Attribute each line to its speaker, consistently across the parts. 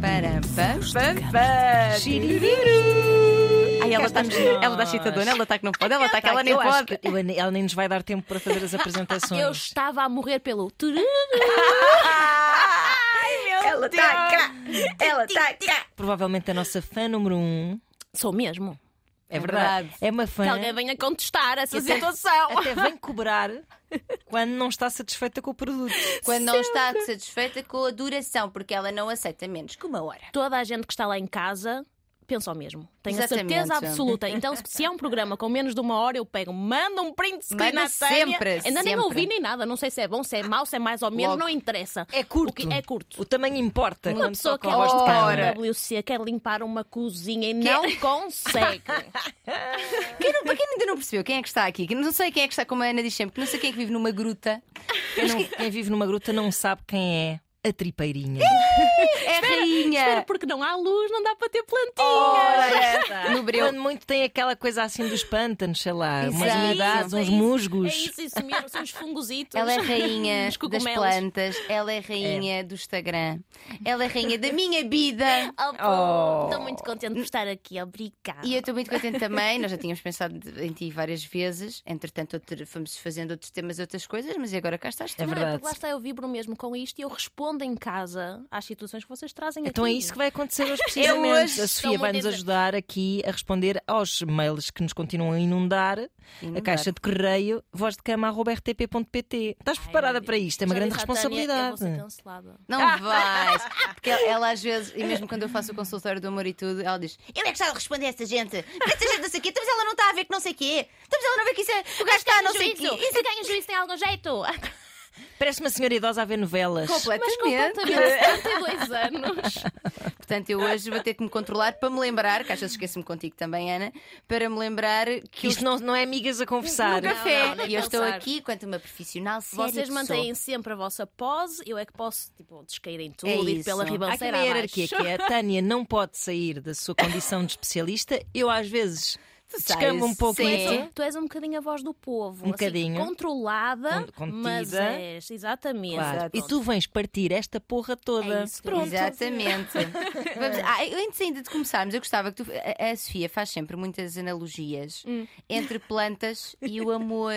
Speaker 1: Param, pam, pam, pam. Xiririru. Ai, ela está ela tá chitadona, ela está que não pode, ela está tá, que ela nem
Speaker 2: eu acho
Speaker 1: pode.
Speaker 2: que eu- ela nem nos vai dar tempo para fazer as apresentações.
Speaker 3: Eu estava a morrer pelo. tururu.
Speaker 1: Ela está cá, ela tá está cá.
Speaker 2: Provavelmente a nossa fã número um.
Speaker 3: Sou mesmo.
Speaker 2: É
Speaker 1: verdade.
Speaker 2: verdade. É uma fã.
Speaker 3: Que alguém venha contestar essa
Speaker 2: até-
Speaker 3: situação.
Speaker 2: Até vem cobrar quando não está satisfeita com o produto.
Speaker 1: Quando não está satisfeita com a duração, porque ela não aceita menos que uma hora.
Speaker 3: Toda a gente que está lá em casa pensa o mesmo. Tenho
Speaker 1: Exatamente.
Speaker 3: a certeza absoluta. Então, se- se é um programa com menos de uma hora, eu pego, mando um print screen
Speaker 1: Manda
Speaker 3: à Tânia.
Speaker 1: sempre,
Speaker 3: Ainda nem
Speaker 1: sempre.
Speaker 3: ouvi nem nada. Não sei se é bom, se é mau, se é mais ou menos,
Speaker 1: Logo.
Speaker 3: não interessa.
Speaker 2: É
Speaker 3: O que
Speaker 2: curto.
Speaker 3: é curto.
Speaker 2: O tamanho importa.
Speaker 3: Uma pessoa
Speaker 2: que
Speaker 3: quer limpar
Speaker 1: Ora.
Speaker 3: um WC, quer limpar uma cozinha e
Speaker 1: é.
Speaker 3: não consegue.
Speaker 1: Quem, não, quem ainda não percebeu quem é que está aqui, que não sei quem é que está, como a Ana diz sempre, que não sei quem é que vive numa gruta.
Speaker 2: quem, não- quem vive numa gruta não sabe quem é a tripeirinha.
Speaker 1: É Oh, a rainha.
Speaker 3: Espera, porque não há luz, não dá para ter plantinhas.
Speaker 1: Ora, no breu.
Speaker 2: Quando muito tem aquela coisa assim dos pântanos, sei lá, umas
Speaker 1: Exato.
Speaker 2: umidades,
Speaker 3: É
Speaker 2: uns
Speaker 3: isso,
Speaker 2: musgos.
Speaker 3: É isso, isso mesmo, são os fungositos.
Speaker 1: Ela é rainha
Speaker 3: Os
Speaker 1: das
Speaker 3: cogumelos.
Speaker 1: plantas, ela é rainha do Instagram, ela é rainha da minha vida.
Speaker 3: Oh, pô, Estou muito contente por estar aqui, obrigada.
Speaker 1: E eu estou muito contente também, nós já tínhamos pensado em ti várias vezes, entretanto outro- fomos fazendo outros temas, outras coisas, mas e agora cá estás tu.
Speaker 2: É
Speaker 3: Não,
Speaker 2: verdade.
Speaker 3: porque lá está, eu vibro mesmo com isto e eu respondo em casa às situações que vocês trazem
Speaker 2: Então é
Speaker 3: aqui.
Speaker 2: isso que vai acontecer hoje, precisamente.
Speaker 1: hoje
Speaker 2: a
Speaker 3: estou
Speaker 2: Sofia
Speaker 3: muito
Speaker 2: vai nos
Speaker 3: entre-
Speaker 2: ajudar aqui a responder aos mails que nos continuam a inundar. A
Speaker 1: Inundar.
Speaker 2: caixa de correio, voz de cama, Estás preparada para isto? É uma
Speaker 3: Já
Speaker 2: grande
Speaker 3: disse à Tânia, Eu vou
Speaker 2: responsabilidade.
Speaker 3: ser cancelada.
Speaker 1: Não vais! Porque ela, ela às vezes, e mesmo quando eu faço o consultório do amor e tudo, ela diz: Eu é que estava a responder a essa gente, Mas essa gente não sei o quê, estamos ela não está a ver que não sei o quê, estamos ela não vê que isso é. O gajo
Speaker 3: Ah,
Speaker 1: está, não sei o quê. é
Speaker 3: juízo. E se ganha juízo tem algum jeito?
Speaker 2: Parece uma senhora idosa a ver novelas.
Speaker 3: Mas
Speaker 1: Completamente.
Speaker 3: completamente 72 anos.
Speaker 1: Portanto, eu hoje vou ter que me controlar para me lembrar, que às vezes esqueço-me contigo também, Ana, para me lembrar que
Speaker 2: Isto não, não é amigas a conversar.
Speaker 1: eu estou no café
Speaker 3: Não, não, nem
Speaker 1: e eu estou
Speaker 3: pensar.
Speaker 1: aqui quanto uma profissional séria.
Speaker 3: Vocês
Speaker 1: que
Speaker 3: mantêm sempre a vossa pose, eu é que posso tipo, descair em tudo,
Speaker 1: É
Speaker 3: ir
Speaker 1: isso.
Speaker 3: pela
Speaker 1: Há que
Speaker 2: Há aqui
Speaker 3: ribanceira
Speaker 2: uma
Speaker 3: abaixo.
Speaker 2: hierarquia que é a Tânia não pode sair da sua condição de especialista. Eu às vezes descamo um pouco
Speaker 1: Sim.
Speaker 2: isso.
Speaker 3: Tu és um bocadinho a voz do povo.
Speaker 2: Um
Speaker 3: assim,
Speaker 2: bocadinho.
Speaker 3: Controlada,
Speaker 2: Con- contida.
Speaker 3: mas és, exatamente.
Speaker 2: Claro. E
Speaker 3: Pronto.
Speaker 2: tu vens partir esta porra toda.
Speaker 3: É isso que eu
Speaker 1: sou.
Speaker 2: Pronto.
Speaker 1: Exatamente. Vamos, ah, eu- antes ainda de começarmos, eu gostava que tu. A, a Sofia faz sempre muitas analogias
Speaker 3: Hum.
Speaker 1: entre plantas e o amor.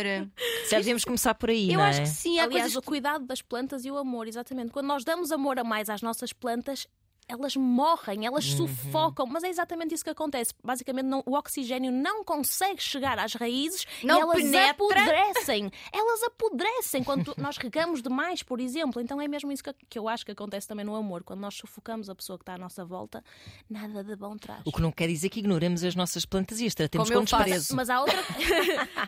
Speaker 2: Já devíamos começar por aí,
Speaker 1: eu
Speaker 2: não é?
Speaker 1: acho que sim, há
Speaker 3: Aliás,
Speaker 1: coisas
Speaker 3: o cuidado das plantas e o amor, exatamente. Quando nós damos amor a mais às nossas plantas, elas morrem, elas
Speaker 1: Uhum.
Speaker 3: sufocam, mas é exatamente isso que acontece. Basicamente, não- o oxigênio não consegue chegar às raízes
Speaker 1: Não
Speaker 3: e elas
Speaker 1: penetra.
Speaker 3: apodrecem. Elas apodrecem quando tu- nós regamos demais, por exemplo. Então é mesmo isso que, que eu acho que acontece também no amor. Quando nós sufocamos a pessoa que está à nossa volta, nada de bom traz.
Speaker 2: O que não quer dizer que ignoremos as nossas plantas e as tratemos
Speaker 1: Como
Speaker 2: com
Speaker 1: eu faço.
Speaker 2: desprezo.
Speaker 3: Mas há outra,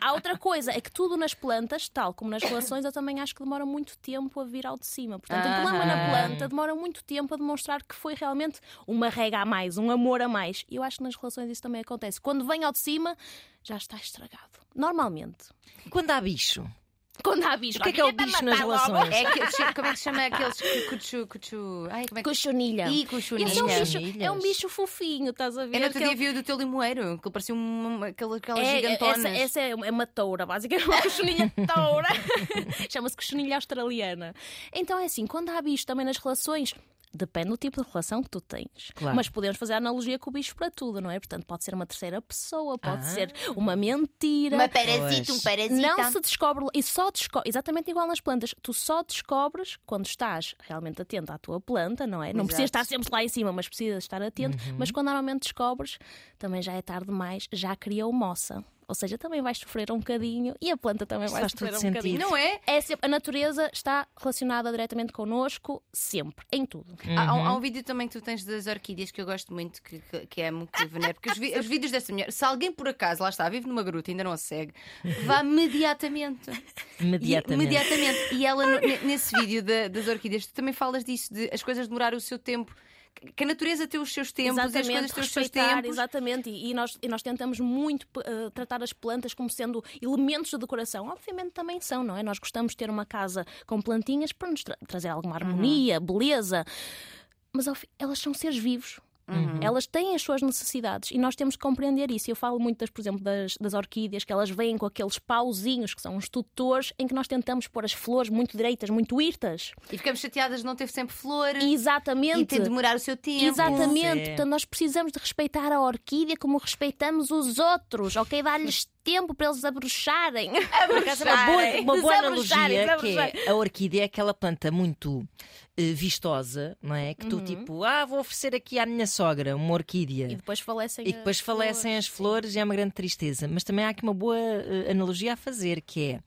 Speaker 3: há outra coisa, é que tudo nas plantas, tal como nas relações, eu também acho que demora muito tempo a vir ao de cima. Portanto, um problema na
Speaker 1: Aham.
Speaker 3: planta demora muito tempo a demonstrar que foi realmente uma rega a mais, um amor a mais. E eu acho que nas relações isso também acontece. Quando vem ao de cima, já está estragado. Normalmente.
Speaker 2: E quando há bicho?
Speaker 3: Quando há bicho.
Speaker 2: O que é que é o
Speaker 3: olha,
Speaker 2: bicho
Speaker 3: matar
Speaker 2: nas
Speaker 3: logo.
Speaker 2: relações?
Speaker 1: É que, como é que se chama aqueles cu- cuchu, cuchu. Ai, como é que
Speaker 3: Cochonilha.
Speaker 1: Ih, cuchunilha.
Speaker 3: Esse é um,
Speaker 2: Cochonilha.
Speaker 3: bicho, é um bicho fofinho, estás a ver?
Speaker 1: Eu no outro
Speaker 3: Aquele-
Speaker 1: dia vi o do teu limoeiro, que parecia uma, aquela, aquelas
Speaker 3: É,
Speaker 1: gigantonas.
Speaker 3: essa, essa é uma- é uma toura, basicamente, uma cochonilha toura. Chama-se cochonilha australiana. Então é assim, quando há bicho também nas relações. Depende do tipo de relação que tu tens.
Speaker 2: Claro.
Speaker 3: Mas podemos fazer a analogia com o bicho para tudo, não é? Portanto, pode ser uma terceira pessoa, pode
Speaker 2: Ah.
Speaker 3: ser uma mentira.
Speaker 1: Uma parasita, um
Speaker 2: Pois.
Speaker 1: parasita.
Speaker 3: Não se descobre e só desco- exatamente igual nas plantas. Tu só descobres quando estás realmente atento à tua planta, não é? Não
Speaker 1: Exato.
Speaker 3: precisas estar sempre lá em cima, mas precisas estar atento.
Speaker 2: Uhum.
Speaker 3: Mas quando normalmente descobres, também já é tarde demais, já criou moça. Ou seja, também vais sofrer um bocadinho e a planta também
Speaker 2: Isso
Speaker 3: vai
Speaker 2: faz
Speaker 3: sofrer
Speaker 2: todo
Speaker 3: um bocadinho.
Speaker 2: sentido.
Speaker 1: Não é?
Speaker 3: É sempre- a natureza está relacionada diretamente connosco, sempre, em tudo.
Speaker 1: Há- Há, um- há um vídeo também que tu tens das orquídeas que eu gosto muito, que, que- que é muito venero, porque os, vi- os vídeos desta mulher, se alguém por acaso, lá está, vive numa gruta e ainda não a segue, vá imediatamente.
Speaker 2: Imediatamente.
Speaker 1: E, imediatamente. E ela, no- ne- nesse vídeo da- das orquídeas, tu também falas disso, de as coisas demorarem o seu tempo, que- que a natureza tem os seus tempos, e as coisas têm os seus
Speaker 3: respeitar,
Speaker 1: tempos.
Speaker 3: exatamente. E, e nós, e nós tentamos muito eh, tratar as plantas como sendo elementos de decoração. Obviamente também são, não é? Nós gostamos de ter uma casa com
Speaker 1: Uhum.
Speaker 3: plantinhas para nos tra- trazer alguma harmonia, beleza. Mas ao fim, elas são seres vivos.
Speaker 1: Uhum.
Speaker 3: Elas têm as suas necessidades e nós temos que compreender isso. Eu falo muito, das, por exemplo, das, das orquídeas, que elas vêm com aqueles pauzinhos, que são os tutores, em que nós tentamos pôr as flores muito direitas, muito irtas.
Speaker 1: E ficamos chateadas de não ter sempre flor
Speaker 3: Exatamente.
Speaker 1: É. e tem de demorar o seu tempo.
Speaker 3: Exatamente,
Speaker 2: É.
Speaker 3: portanto, nós precisamos de respeitar a orquídea como respeitamos os outros, ok? Dá-lhes tempo para eles abrocharem.
Speaker 2: Por acaso, é uma boa,
Speaker 1: Abrocharem.
Speaker 2: Ah, uma boa
Speaker 3: Desabrocharem,
Speaker 2: analogia que
Speaker 3: desabrocharem.
Speaker 2: é a orquídea é aquela planta muito eh, vistosa, não é? Que tu, tipo, ah, vou oferecer aqui à minha sogra uma orquídea.
Speaker 3: E depois falecem
Speaker 2: E depois
Speaker 3: as
Speaker 2: falecem
Speaker 3: flores.
Speaker 2: as flores e é uma grande tristeza. Mas também há aqui uma boa eh, analogia a fazer, que é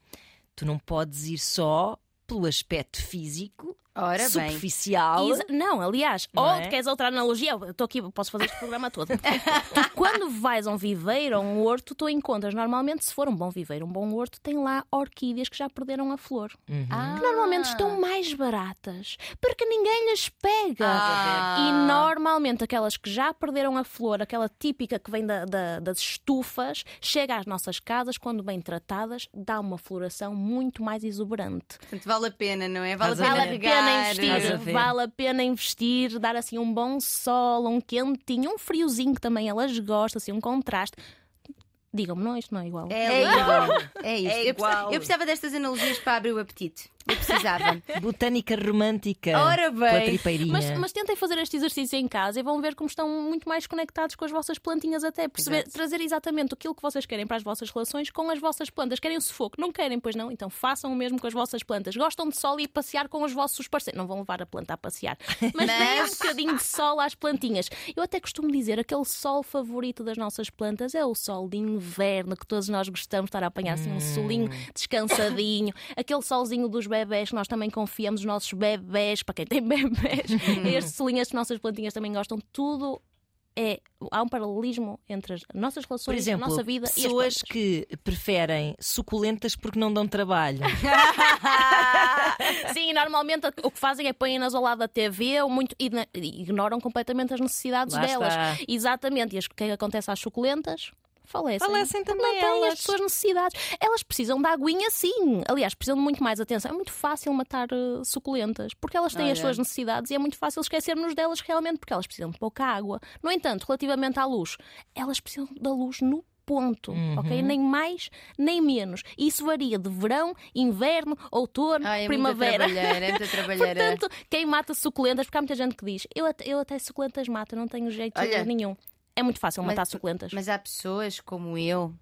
Speaker 2: tu não podes ir só pelo aspecto físico,
Speaker 1: Ora bem.
Speaker 2: superficial.
Speaker 3: Exa- Não, aliás,
Speaker 2: Não
Speaker 3: ou
Speaker 2: é?
Speaker 3: queres outra analogia? Eu Estou aqui, posso fazer este programa todo. tu, quando vais a um viveiro ou um horto, tu encontras normalmente, se for um bom viveiro, um bom horto, tem lá orquídeas que já perderam a flor.
Speaker 2: Uhum.
Speaker 1: Ah.
Speaker 3: Que normalmente estão mais baratas, porque ninguém lhes pega.
Speaker 1: Ah.
Speaker 3: E normalmente aquelas que já perderam a flor, aquela típica que vem da- da- das estufas, chega às nossas casas, quando bem tratadas, dá uma floração muito mais exuberante.
Speaker 1: Portanto, vale a pena, não é? Vale a
Speaker 2: Estás a
Speaker 1: pena,
Speaker 3: Vale a
Speaker 2: ver.
Speaker 1: regar.
Speaker 3: pena
Speaker 2: Estás a
Speaker 3: investir,
Speaker 2: ver.
Speaker 3: vale a pena investir, dar assim um bom sol, um quentinho, um friozinho que também elas gostam, assim um contraste. Digam-me, não, isto não é igual.
Speaker 1: É igual. É isto.
Speaker 2: É
Speaker 1: Eu precis-
Speaker 2: igual.
Speaker 1: Eu, precisava destas analogias para abrir o apetite. Eu precisava.
Speaker 2: Botânica romântica.
Speaker 1: Ora
Speaker 2: Com a
Speaker 1: bem.
Speaker 2: tripeirinha.
Speaker 3: Mas, mas tentem fazer este exercício em casa e vão ver como estão muito mais conectados com as vossas plantinhas, até perceber,
Speaker 1: Exato.
Speaker 3: trazer exatamente aquilo que vocês querem para as vossas relações com as vossas plantas. Querem o sufoco? Não querem, pois não? Então façam o mesmo com as vossas plantas. Gostam de sol e passear com os vossos parceiros. Não vão levar a planta a passear, mas deem um
Speaker 1: Mas-
Speaker 3: bocadinho de sol às plantinhas. Eu até costumo dizer aquele sol favorito das nossas plantas é o sol de inverno, que todos nós gostamos de estar a apanhar assim
Speaker 1: Hum.
Speaker 3: um solinho descansadinho, aquele solzinho dos bebés que nós também confiamos, os nossos bebés, para quem tem bebés,
Speaker 2: Uhum.
Speaker 3: este solinho, as nossas plantinhas também gostam, tudo é. Há um paralelismo entre as nossas
Speaker 2: Por
Speaker 3: relações,
Speaker 2: exemplo,
Speaker 3: a nossa vida e as
Speaker 2: pessoas
Speaker 3: plantas.
Speaker 2: que preferem suculentas porque não dão trabalho.
Speaker 3: Sim, normalmente o que fazem é põem-nas ao lado da TV ou muito, e na- e ignoram completamente as necessidades
Speaker 2: Lá
Speaker 3: delas.
Speaker 2: está.
Speaker 3: Exatamente. E as- o que é que acontece às suculentas? Falecem.
Speaker 2: Falecem
Speaker 3: Não
Speaker 2: também
Speaker 3: têm
Speaker 2: elas.
Speaker 3: as suas necessidades. Elas precisam de aguinha, sim. Aliás, precisam de muito mais atenção. É muito fácil matar eh, suculentas, porque elas têm as
Speaker 1: Olha.
Speaker 3: suas necessidades e é muito fácil esquecermos delas realmente, porque elas precisam de pouca água. No entanto, relativamente à luz, elas precisam da luz no ponto,
Speaker 1: Uhum.
Speaker 3: ok? Nem mais, nem menos. E Isso varia de verão, inverno, outono,
Speaker 1: Ai, é
Speaker 3: primavera.
Speaker 1: muita trabalheira, é muita trabalheira.
Speaker 3: Portanto, quem mata suculentas, porque há muita gente que diz, eu até, eu até suculentas mato, eu não tenho jeito
Speaker 1: Olha.
Speaker 3: nenhum. É muito fácil
Speaker 1: Mas-
Speaker 3: matar suculentas.
Speaker 1: Mas há pessoas como eu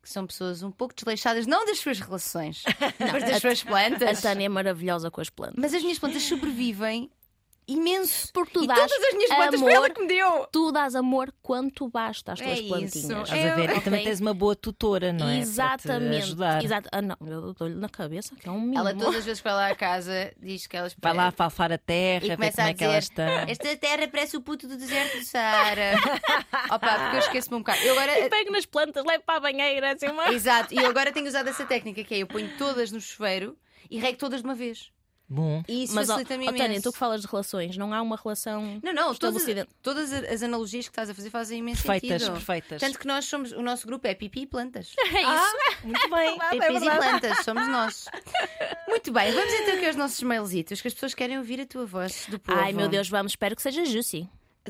Speaker 1: que são pessoas um pouco desleixadas, não das suas relações, mas das suas
Speaker 3: A
Speaker 1: plantas.
Speaker 3: Tânia é maravilhosa com as plantas.
Speaker 1: Mas as minhas plantas sobrevivem imenso.
Speaker 3: Porque tu
Speaker 1: E
Speaker 3: dás
Speaker 1: todas as minhas plantas
Speaker 3: amor,
Speaker 1: foi ela que me deu.
Speaker 3: tu dás amor quanto basta às
Speaker 1: É
Speaker 3: tuas
Speaker 1: isso.
Speaker 3: plantinhas.
Speaker 2: Estás a ver?
Speaker 1: Eu-
Speaker 2: E também
Speaker 3: ok.
Speaker 2: tens uma boa tutora, não é? Para te
Speaker 3: Exatamente.
Speaker 2: ajudar.
Speaker 3: Exato. Ah, não, eu dou-lhe na cabeça, que é um mimo.
Speaker 1: Ela todas as vezes que vai lá à casa diz que elas
Speaker 2: Vai lá falfar a terra,
Speaker 1: E
Speaker 2: ver
Speaker 1: começa
Speaker 2: como é
Speaker 1: a
Speaker 2: que ela
Speaker 1: dizer,
Speaker 2: está.
Speaker 1: Esta terra parece o puto do deserto do Saara. Opa, porque eu esqueço-me um bocado. Eu agora.
Speaker 3: Pego nas plantas, levo para a banheira, assim, uma...
Speaker 1: Exato, e eu agora tenho usado essa técnica que é eu ponho todas no chuveiro e rego todas de uma vez.
Speaker 2: Bom.
Speaker 1: E isso
Speaker 3: Mas, ó, ó,
Speaker 1: facilita-me imenso.
Speaker 3: Tânia, tu que falas de relações, não há uma relação.
Speaker 1: Não, não, todas,
Speaker 3: Estabelecida.
Speaker 1: todas as analogias que estás a fazer fazem imenso
Speaker 2: Perfeitas,
Speaker 1: sentido.
Speaker 2: perfeitas.
Speaker 1: Tanto que nós somos, o nosso grupo é pipi e plantas.
Speaker 3: É isso.
Speaker 2: Muito bem.
Speaker 3: É
Speaker 1: Pipis e plantas, somos nós. Muito bem, vamos então aqui aos nossos mailzitos, que as pessoas querem ouvir a tua voz do povo.
Speaker 3: Ai, meu Deus, vamos, espero que seja juicy.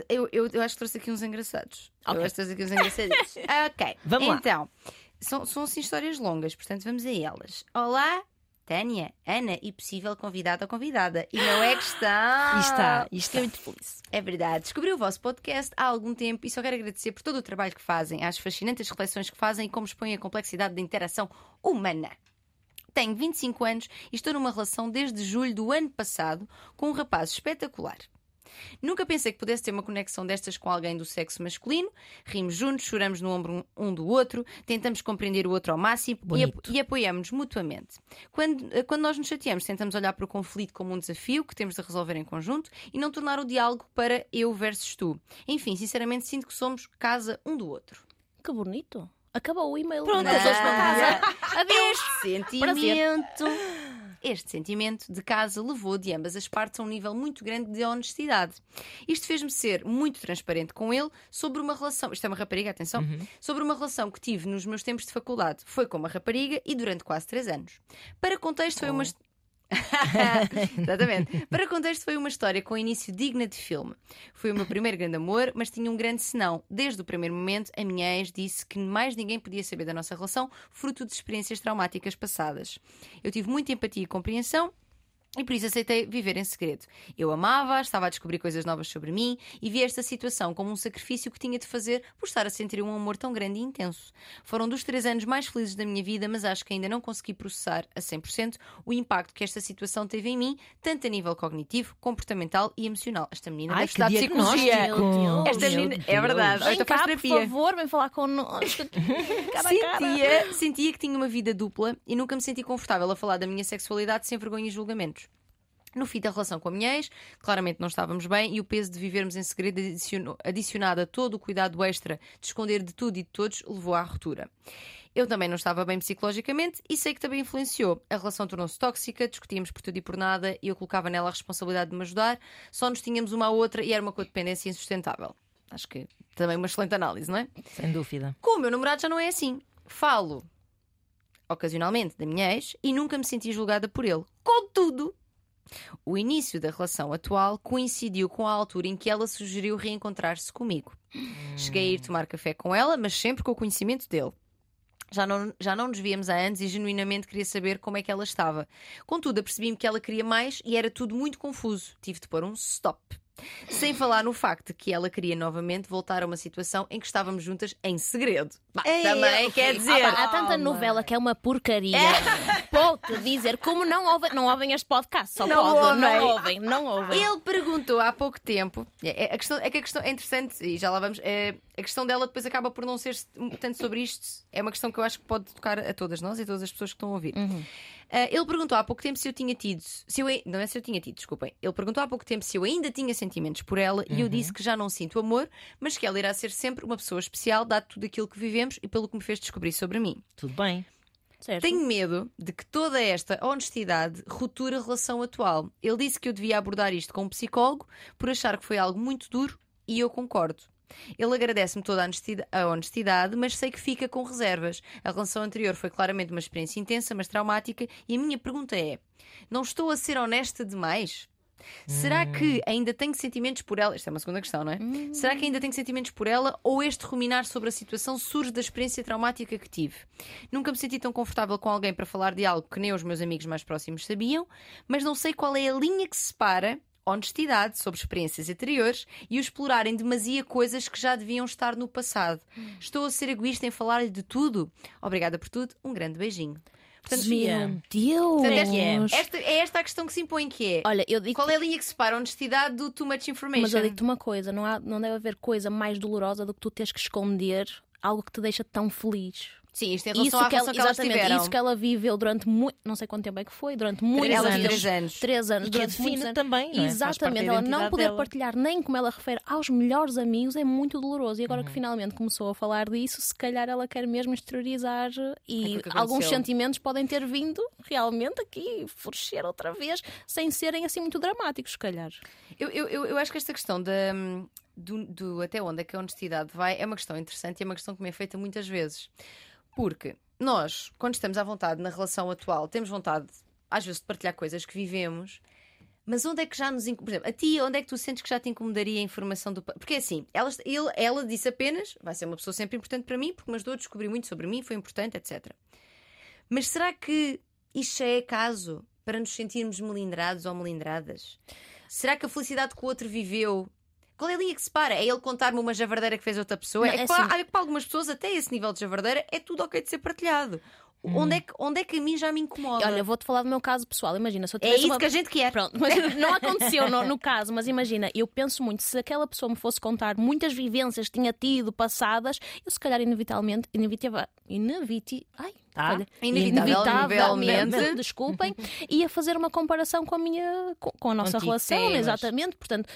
Speaker 1: Eu, eu, eu acho que trouxe aqui uns engraçados.
Speaker 3: Ok.
Speaker 1: Eu acho que trouxe aqui uns engraçados. ok.
Speaker 2: Vamos lá.
Speaker 1: então, são, são assim histórias longas, portanto vamos a elas. Olá, Tânia, Ana e possível convidada ou convidada. E não é questão.
Speaker 2: E está, e está. muito feliz.
Speaker 1: É verdade. Descobri o vosso podcast há algum tempo e só quero agradecer por todo o trabalho que fazem, às fascinantes reflexões que fazem e como expõem a complexidade da interação humana. Tenho 25 anos e estou numa relação desde julho do ano passado com um rapaz espetacular. Nunca pensei que pudesse ter uma conexão destas com alguém do sexo masculino. Rimos juntos, choramos no ombro um- um do outro, tentamos compreender o outro ao máximo e,
Speaker 2: Bonito.
Speaker 1: apo- e apoiamos-nos mutuamente. Quando, eh, quando nós nos chateamos, tentamos olhar para o conflito como um desafio que temos de resolver em conjunto e não tornar o diálogo para eu versus tu. Enfim, sinceramente, sinto que somos casa um do outro.
Speaker 3: Que bonito. Acabou o e-mail.
Speaker 2: Pronto,
Speaker 3: Não,
Speaker 2: pessoas vão
Speaker 3: não.
Speaker 2: casa.
Speaker 1: Adeus! Sentimento. Este sentimento de casa levou de ambas as partes a um nível muito grande de honestidade. Isto fez-me ser muito transparente com ele sobre uma relação. Isto é uma rapariga, atenção. Sobre uma relação que tive nos meus tempos de faculdade. Foi com uma rapariga e durante quase três anos. Para contexto, foi uma. Exatamente. Para contexto, foi uma história com início digna de filme. Foi o meu primeiro grande amor, mas tinha um grande senão. Desde o primeiro momento, a minha ex disse que mais ninguém podia saber da nossa relação, fruto de experiências traumáticas passadas. Eu tive muita empatia e compreensão. E por isso aceitei viver em segredo. Eu amava, estava a descobrir coisas novas sobre mim e vi esta situação como um sacrifício que tinha de fazer por estar a sentir um amor tão grande e intenso. Foram dos três anos mais felizes da minha vida, mas acho que ainda não consegui processar a 100% o impacto que esta situação teve em mim, tanto a nível cognitivo, comportamental e emocional. Esta menina
Speaker 2: Ai,
Speaker 1: deve
Speaker 2: que
Speaker 1: estudar psicologia.
Speaker 2: diagnóstico!
Speaker 3: Meu Deus.
Speaker 2: Meu
Speaker 1: Esta menina, é
Speaker 2: Deus.
Speaker 1: verdade. Olha,
Speaker 3: Vem
Speaker 1: então faz
Speaker 3: cá, por
Speaker 1: terapia.
Speaker 3: favor, vem falar connosco. Cara a cara.
Speaker 1: Sentia, sentia que tinha uma vida dupla e nunca me senti confortável a falar da minha sexualidade sem vergonha e julgamentos. No fim da relação com a minha ex, claramente não estávamos bem e o peso de vivermos em segredo adicionou- adicionado a todo o cuidado extra de esconder de tudo e de todos levou à ruptura. Eu também não estava bem psicologicamente e sei que também influenciou. A relação tornou-se tóxica, discutíamos por tudo e por nada e eu colocava nela a responsabilidade de me ajudar, só nos tínhamos uma à outra e era uma codependência insustentável. Acho que também uma excelente análise, não é?
Speaker 2: Sem dúvida.
Speaker 1: Com o meu namorado já não é assim. Falo ocasionalmente da minha ex e nunca me senti julgada por ele. Contudo, o início da relação atual coincidiu com a altura em que ela sugeriu reencontrar-se comigo. Cheguei a ir tomar café com ela, mas sempre com o conhecimento dele. Já não, já não nos víamos há anos e genuinamente queria saber como é que ela estava. Contudo, apercebi-me que ela queria mais e era tudo muito confuso. Tive de pôr um stop. Sem falar no facto de que ela queria novamente voltar a uma situação em que estávamos juntas em segredo. Bah,
Speaker 2: Ei,
Speaker 1: também
Speaker 2: eu-
Speaker 1: quer
Speaker 3: Ah,
Speaker 1: dizer. É.
Speaker 3: pá, há tanta novela que é uma porcaria. Vou-te dizer, como não ouvem, não ouvem este podcast, só
Speaker 1: Não
Speaker 3: podem, não
Speaker 1: ouvem.
Speaker 3: ouvem, não ouvem.
Speaker 1: Ele perguntou há pouco tempo. É, é, a questão, é que a questão é interessante, e já lá vamos. é, a questão dela depois acaba por não ser tanto sobre isto. É uma questão que eu acho que pode tocar a todas nós e todas as pessoas que estão a ouvir.
Speaker 3: Uhum.
Speaker 1: Ah, ele perguntou há pouco tempo se eu tinha tido. Se eu, ai- não é se eu tinha tido, desculpem. Ele perguntou há pouco tempo se eu ainda tinha sentimentos por ela e eu disse que já não sinto amor, mas que ela irá ser sempre uma pessoa especial, dado tudo aquilo que vivemos e pelo que me fez descobrir sobre mim.
Speaker 2: Tudo bem.
Speaker 3: Certo?
Speaker 1: Tenho medo de que toda esta honestidade roture a relação atual. Ele disse que eu devia abordar isto com um psicólogo por achar que foi algo muito duro e eu concordo. Ele agradece-me toda a honestida- a honestidade, mas sei que fica com reservas. A relação anterior foi claramente uma experiência intensa, mas traumática, e a minha pergunta é: não estou a ser honesta demais? Será que ainda tenho sentimentos por ela? Isto é uma segunda questão, não é? Será que ainda tenho sentimentos por ela ou este ruminar sobre a situação surge da experiência traumática que tive? Nunca me senti tão confortável com alguém para falar de algo que nem os meus amigos mais próximos sabiam, mas não sei qual é a linha que separa honestidade sobre experiências anteriores e o explorar em demasia coisas que já deviam estar no passado. Estou a ser egoísta em falar-lhe de tudo. Obrigada por tudo. Um grande beijinho. Portanto,
Speaker 2: Sofia.
Speaker 3: Deus!
Speaker 1: Portanto, esta-
Speaker 2: é?
Speaker 1: esta- é esta a questão que se impõe que é.
Speaker 3: assim, Olha, eu digo.
Speaker 1: Qual é a linha que separa a honestidade do too much information?
Speaker 3: Mas eu digo-te uma coisa: não, há, não deve haver coisa mais dolorosa do que tu teres que esconder algo que te deixa tão feliz.
Speaker 1: Sim, isto é em relação
Speaker 3: Isso
Speaker 1: à
Speaker 3: que, ela,
Speaker 1: relação que elas
Speaker 3: exatamente,
Speaker 1: tiveram.
Speaker 3: isso que ela viveu durante muito. Não sei quanto tempo é que foi, durante muitos
Speaker 1: Elas
Speaker 3: anos.
Speaker 1: três anos. é
Speaker 3: Três anos,
Speaker 2: E que a
Speaker 3: durante muitos
Speaker 2: define
Speaker 3: anos.
Speaker 2: também, não é? Faz parte da
Speaker 3: Exatamente, ela não
Speaker 2: identidade
Speaker 3: poder
Speaker 2: dela.
Speaker 3: partilhar nem como ela refere aos melhores amigos é muito doloroso. E agora que finalmente começou a falar disso, se calhar ela quer mesmo exteriorizar eh, e
Speaker 1: Aquilo que
Speaker 3: alguns
Speaker 1: aconteceu.
Speaker 3: sentimentos podem ter vindo realmente aqui florescer outra vez, sem serem assim muito dramáticos, se calhar.
Speaker 1: Eu, eu, eu, eu acho que esta questão da, do, do até onde é que a honestidade vai é uma questão interessante e é uma questão que me é feita muitas vezes. Porque nós, quando estamos à vontade na relação atual, temos vontade, às vezes, de partilhar coisas que vivemos, mas onde é que já nos incomoda? Por exemplo, a ti, onde é que tu sentes que já te incomodaria a informação do. pa- Porque é assim, ela, ele- ela disse apenas, vai ser uma pessoa sempre importante para mim, porque me ajudou a descobrir muito sobre mim, foi importante, etc. Mas será que isto já é caso para nos sentirmos melindrados ou melindradas? Será que a felicidade que o outro viveu. Qual é a linha que separa? É ele contar-me uma javardeira que fez outra pessoa?
Speaker 3: Não,
Speaker 1: é
Speaker 3: é
Speaker 1: que, para-
Speaker 3: assim-
Speaker 1: é que para algumas pessoas, até esse nível de javardeira, é tudo ok de ser partilhado. Onde, é que, onde é que a mim já me incomoda?
Speaker 3: Hum. Olha, vou-te falar do meu caso pessoal. Imagina, se eu
Speaker 1: é
Speaker 3: tivesse
Speaker 1: isso
Speaker 3: uma
Speaker 1: que a gente quer.
Speaker 3: Pronto, mas não aconteceu no, no caso, mas imagina, eu penso muito, se aquela pessoa me fosse contar muitas vivências que tinha tido, passadas, eu se calhar inevitavelmente, inevitável, ineviti, ai,
Speaker 2: Tá.
Speaker 3: olha,
Speaker 1: É Inevitável-
Speaker 3: inevitavelmente,
Speaker 1: inevitavelmente.
Speaker 3: desculpem, ia fazer uma comparação com a minha, com, com a nossa
Speaker 2: Contigo
Speaker 3: relação,
Speaker 2: temas.
Speaker 3: exatamente, portanto...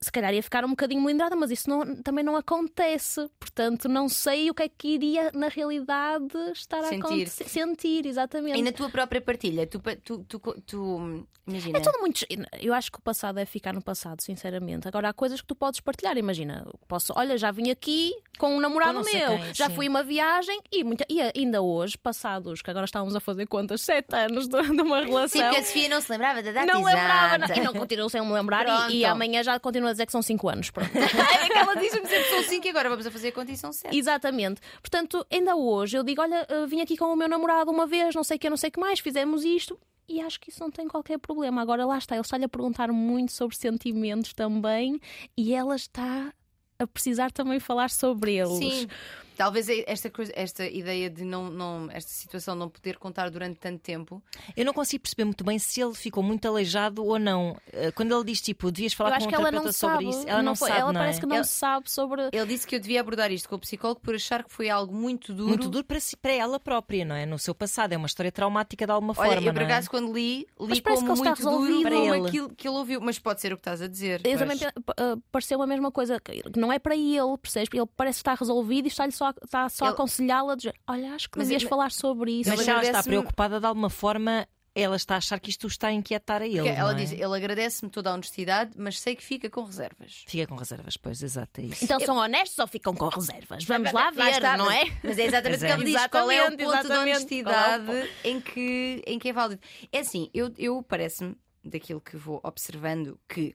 Speaker 3: se calhar ia ficar um bocadinho melindrada, mas isso não- também não acontece. Portanto, não sei o que é que iria, na realidade, estar
Speaker 1: Sentir.
Speaker 3: a acontecer. Sentir, exatamente.
Speaker 1: E na tua própria partilha, tu, pa- tu, tu, co- tu- hum, imagina.
Speaker 3: É tudo muito. Eu acho que o passado é ficar no passado, sinceramente. Agora há coisas que tu podes partilhar. Imagina, eu posso, olha, já vim aqui com um namorado
Speaker 2: não sei
Speaker 3: meu,
Speaker 2: quem,
Speaker 3: já
Speaker 2: sim.
Speaker 3: fui uma viagem e, muita- e ainda hoje, passados, que agora estávamos a fazer contas, sete anos de, de uma
Speaker 1: Sim,
Speaker 3: relação.
Speaker 1: porque a Sofia não se lembrava da
Speaker 2: é
Speaker 1: data
Speaker 3: não lembrava
Speaker 1: exata.
Speaker 3: nada. E não continuo sem me lembrar. e- E,
Speaker 1: Pronto.
Speaker 3: amanhã já continuo a dizer que são cinco anos. Pronto.
Speaker 1: É que ela diz-me sempre são 5 e agora vamos a fazer a conta e são 7.
Speaker 3: Exatamente. Portanto, ainda hoje eu digo: olha, eh, vim aqui com o meu namorado uma vez, não sei o que, não sei o que mais, fizemos isto. E acho que isso não tem qualquer problema. Agora lá está, ele está-lhe a perguntar muito sobre sentimentos também e ela está a precisar também falar sobre eles.
Speaker 1: Sim. Talvez esta, coisa, esta ideia de não, não, esta situação não poder contar durante tanto tempo.
Speaker 2: Eu não consigo perceber muito bem se ele ficou muito aleijado ou não. Eh, Quando ele diz tipo, devias
Speaker 3: Eu
Speaker 2: falar com
Speaker 3: acho
Speaker 2: um
Speaker 3: que ela não
Speaker 2: terapeuta sobre
Speaker 3: sabe.
Speaker 2: isso, ela não,
Speaker 3: foi-
Speaker 2: sabe,
Speaker 3: ela
Speaker 2: não é?
Speaker 3: parece que não
Speaker 1: Ela-
Speaker 3: sabe sobre.
Speaker 1: Ele disse que eu devia abordar isto com o psicólogo por achar que foi algo muito
Speaker 3: é
Speaker 1: duro.
Speaker 2: Muito duro para, si, para ela própria, não é? No seu passado. É uma história traumática de alguma
Speaker 1: Olha,
Speaker 2: forma.
Speaker 1: eu por
Speaker 2: não é?
Speaker 1: acaso quando li,
Speaker 3: Mas
Speaker 1: li
Speaker 3: parece
Speaker 1: como
Speaker 3: que ele
Speaker 1: muito
Speaker 3: está
Speaker 1: duro
Speaker 3: resolvido.
Speaker 2: Para
Speaker 1: como
Speaker 2: ele.
Speaker 1: aquilo que ele ouviu. Mas pode ser o que estás a dizer.
Speaker 3: Eu também pe- pa- ah, pareceu a mesma coisa. que- que Não é para ele, percebes? Ele parece estar resolvido e está-lhe só, a- está só a
Speaker 1: Ele-
Speaker 3: aconselhá-la. de- Olha, acho que
Speaker 1: Mas
Speaker 3: devias
Speaker 1: ele-
Speaker 3: falar sobre isso.
Speaker 2: Mas
Speaker 1: Ele
Speaker 2: se ela está
Speaker 1: agradece-me-
Speaker 2: preocupada de alguma forma, ela está a achar que isto o está a inquietar a ele.
Speaker 1: Porque ela
Speaker 2: não é?
Speaker 1: diz, ele agradece-me toda a honestidade, mas sei que fica com reservas.
Speaker 2: Fica com reservas, pois, exato, é isso.
Speaker 3: Então são honestos ou ficam com
Speaker 2: É
Speaker 3: reservas? Vamos lá ver,
Speaker 1: está,
Speaker 3: não é?
Speaker 1: mas- Mas é exatamente
Speaker 2: Pois
Speaker 1: o que
Speaker 2: é.
Speaker 1: ele diz. Qual é o
Speaker 3: Exatamente,
Speaker 1: ponto de
Speaker 3: exatamente. Qual é o
Speaker 1: honestidade em, que, em que é válido? É assim, eu, eu parece-me, daquilo que vou observando, que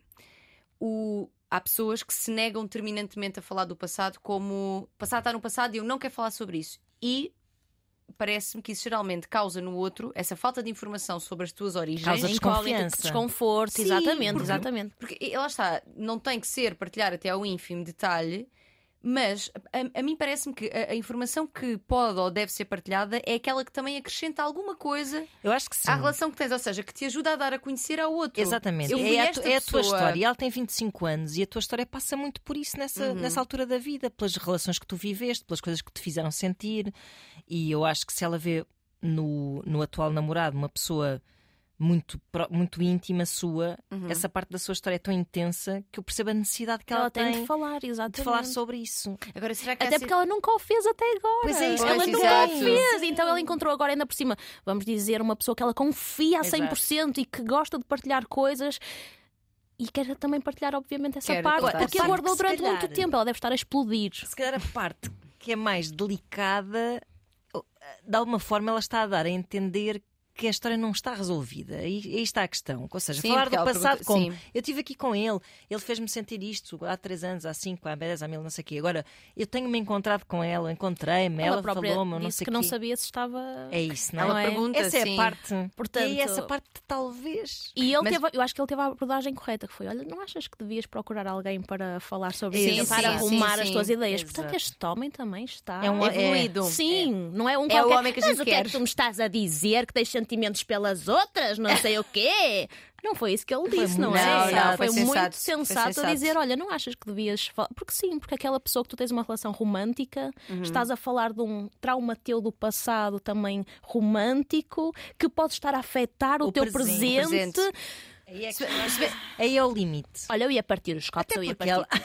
Speaker 1: o- há pessoas que se negam terminantemente a falar do passado, como o passado está no passado e eu não quero falar sobre isso. E parece-me que isso geralmente causa no outro essa falta de informação sobre as tuas origens.
Speaker 2: Causa
Speaker 3: Em
Speaker 2: desconfiança.
Speaker 3: qual é que- Desconforto,
Speaker 1: Sim,
Speaker 3: exatamente,
Speaker 1: porque-
Speaker 3: exatamente.
Speaker 1: Porque eh, lá está, não tem que ser partilhar até ao ínfimo detalhe, mas a, a mim parece-me que a, a informação que pode ou deve ser partilhada é aquela que também acrescenta alguma coisa
Speaker 2: Eu acho que sim.
Speaker 1: à relação que tens, ou seja, que te ajuda a dar a conhecer ao outro.
Speaker 2: Exatamente,
Speaker 1: Eu vi
Speaker 2: é, a,
Speaker 1: esta
Speaker 2: tu- é a tua
Speaker 1: pessoa.
Speaker 2: história. E ela tem 25 anos e a tua história passa muito por isso nessa,
Speaker 1: Uhum.
Speaker 2: nessa altura da vida, pelas relações que tu viveste, pelas coisas que te fizeram sentir. E eu acho que se ela vê no, no atual namorado uma pessoa muito, pró- muito íntima sua,
Speaker 1: Uhum.
Speaker 2: essa parte da sua história é tão intensa que eu percebo a necessidade que ela,
Speaker 3: Ela tem
Speaker 2: tem
Speaker 3: de falar,
Speaker 2: de
Speaker 3: exatamente.
Speaker 2: falar sobre isso.
Speaker 1: Agora, será que
Speaker 3: Até
Speaker 1: essa-
Speaker 3: porque ela nunca o fez até agora.
Speaker 2: Pois é isso,
Speaker 1: Pois,
Speaker 3: ela nunca o
Speaker 1: exato.
Speaker 3: fez. Então ela encontrou agora, ainda por cima, vamos dizer, uma pessoa que ela confia a
Speaker 2: Exato.
Speaker 3: 100% e que gosta de partilhar coisas. E quer também partilhar, obviamente, essa
Speaker 1: Quero
Speaker 3: parte.
Speaker 1: contar.
Speaker 3: Porque
Speaker 1: A parte
Speaker 3: aguardou
Speaker 2: que se
Speaker 3: durante
Speaker 2: calhar-
Speaker 3: muito tempo. Ela deve estar a explodir.
Speaker 2: se calhar a parte que é mais delicada, de alguma forma ela está a dar a entender que a história não está resolvida. Aí, aí está a questão. Ou seja,
Speaker 1: Sim,
Speaker 2: falar
Speaker 1: porque
Speaker 2: do
Speaker 1: ela
Speaker 2: passado
Speaker 1: pergunta-
Speaker 2: como
Speaker 1: sim.
Speaker 2: eu estive aqui com um ele, ele fez-me sentir isto há três anos, há cinco, há dez, há mil, não sei o quê. Agora eu tenho-me encontrado com ela, encontrei-me, ela,
Speaker 3: própria
Speaker 2: falou-me, eu não
Speaker 3: disse
Speaker 2: sei
Speaker 3: que
Speaker 2: o
Speaker 3: não
Speaker 2: quê.
Speaker 3: sabia se estava.
Speaker 2: É isso, não é?
Speaker 1: Ela
Speaker 3: é?
Speaker 1: pergunta assim
Speaker 2: Essa é
Speaker 1: sim.
Speaker 2: a parte.
Speaker 3: Portanto-
Speaker 2: e é essa parte talvez.
Speaker 3: E ele
Speaker 1: Mas-
Speaker 3: teve, eu acho que ele teve a abordagem correta, que foi: olha, não achas que devias procurar alguém para falar sobre
Speaker 1: Sim,
Speaker 3: isso,
Speaker 1: sim,
Speaker 3: para
Speaker 1: sim,
Speaker 3: arrumar
Speaker 1: sim.
Speaker 3: as tuas ideias?
Speaker 2: Exato.
Speaker 3: Portanto, este homem também está.
Speaker 2: É um-
Speaker 1: evoluído.
Speaker 3: Sim, não é um
Speaker 1: É o
Speaker 3: qualquer.
Speaker 1: homem que a gente
Speaker 3: Mas o que é
Speaker 1: quer."
Speaker 3: que tu me estás a dizer? Que tens sentimentos pelas outras? Não sei o quê. Não foi isso que ele
Speaker 2: Foi
Speaker 3: disse, não
Speaker 1: muito
Speaker 3: é?
Speaker 1: sensato,
Speaker 3: foi,
Speaker 1: foi
Speaker 3: muito
Speaker 1: sensato, foi
Speaker 3: sensato,
Speaker 1: sensato.
Speaker 3: a dizer: olha, não achas que devias falar? Porque sim, porque aquela pessoa que tu tens uma relação romântica,
Speaker 1: Uhum.
Speaker 3: estás a falar de um trauma teu do passado também romântico, que pode estar a afetar o,
Speaker 2: O
Speaker 3: teu
Speaker 2: presente.
Speaker 1: Presente.
Speaker 3: presente.
Speaker 2: Aí é, que-
Speaker 1: Se bem- se bem-
Speaker 2: aí é o limite.
Speaker 3: Olha, eu ia partir os copos, eu ia
Speaker 2: porque
Speaker 3: partir.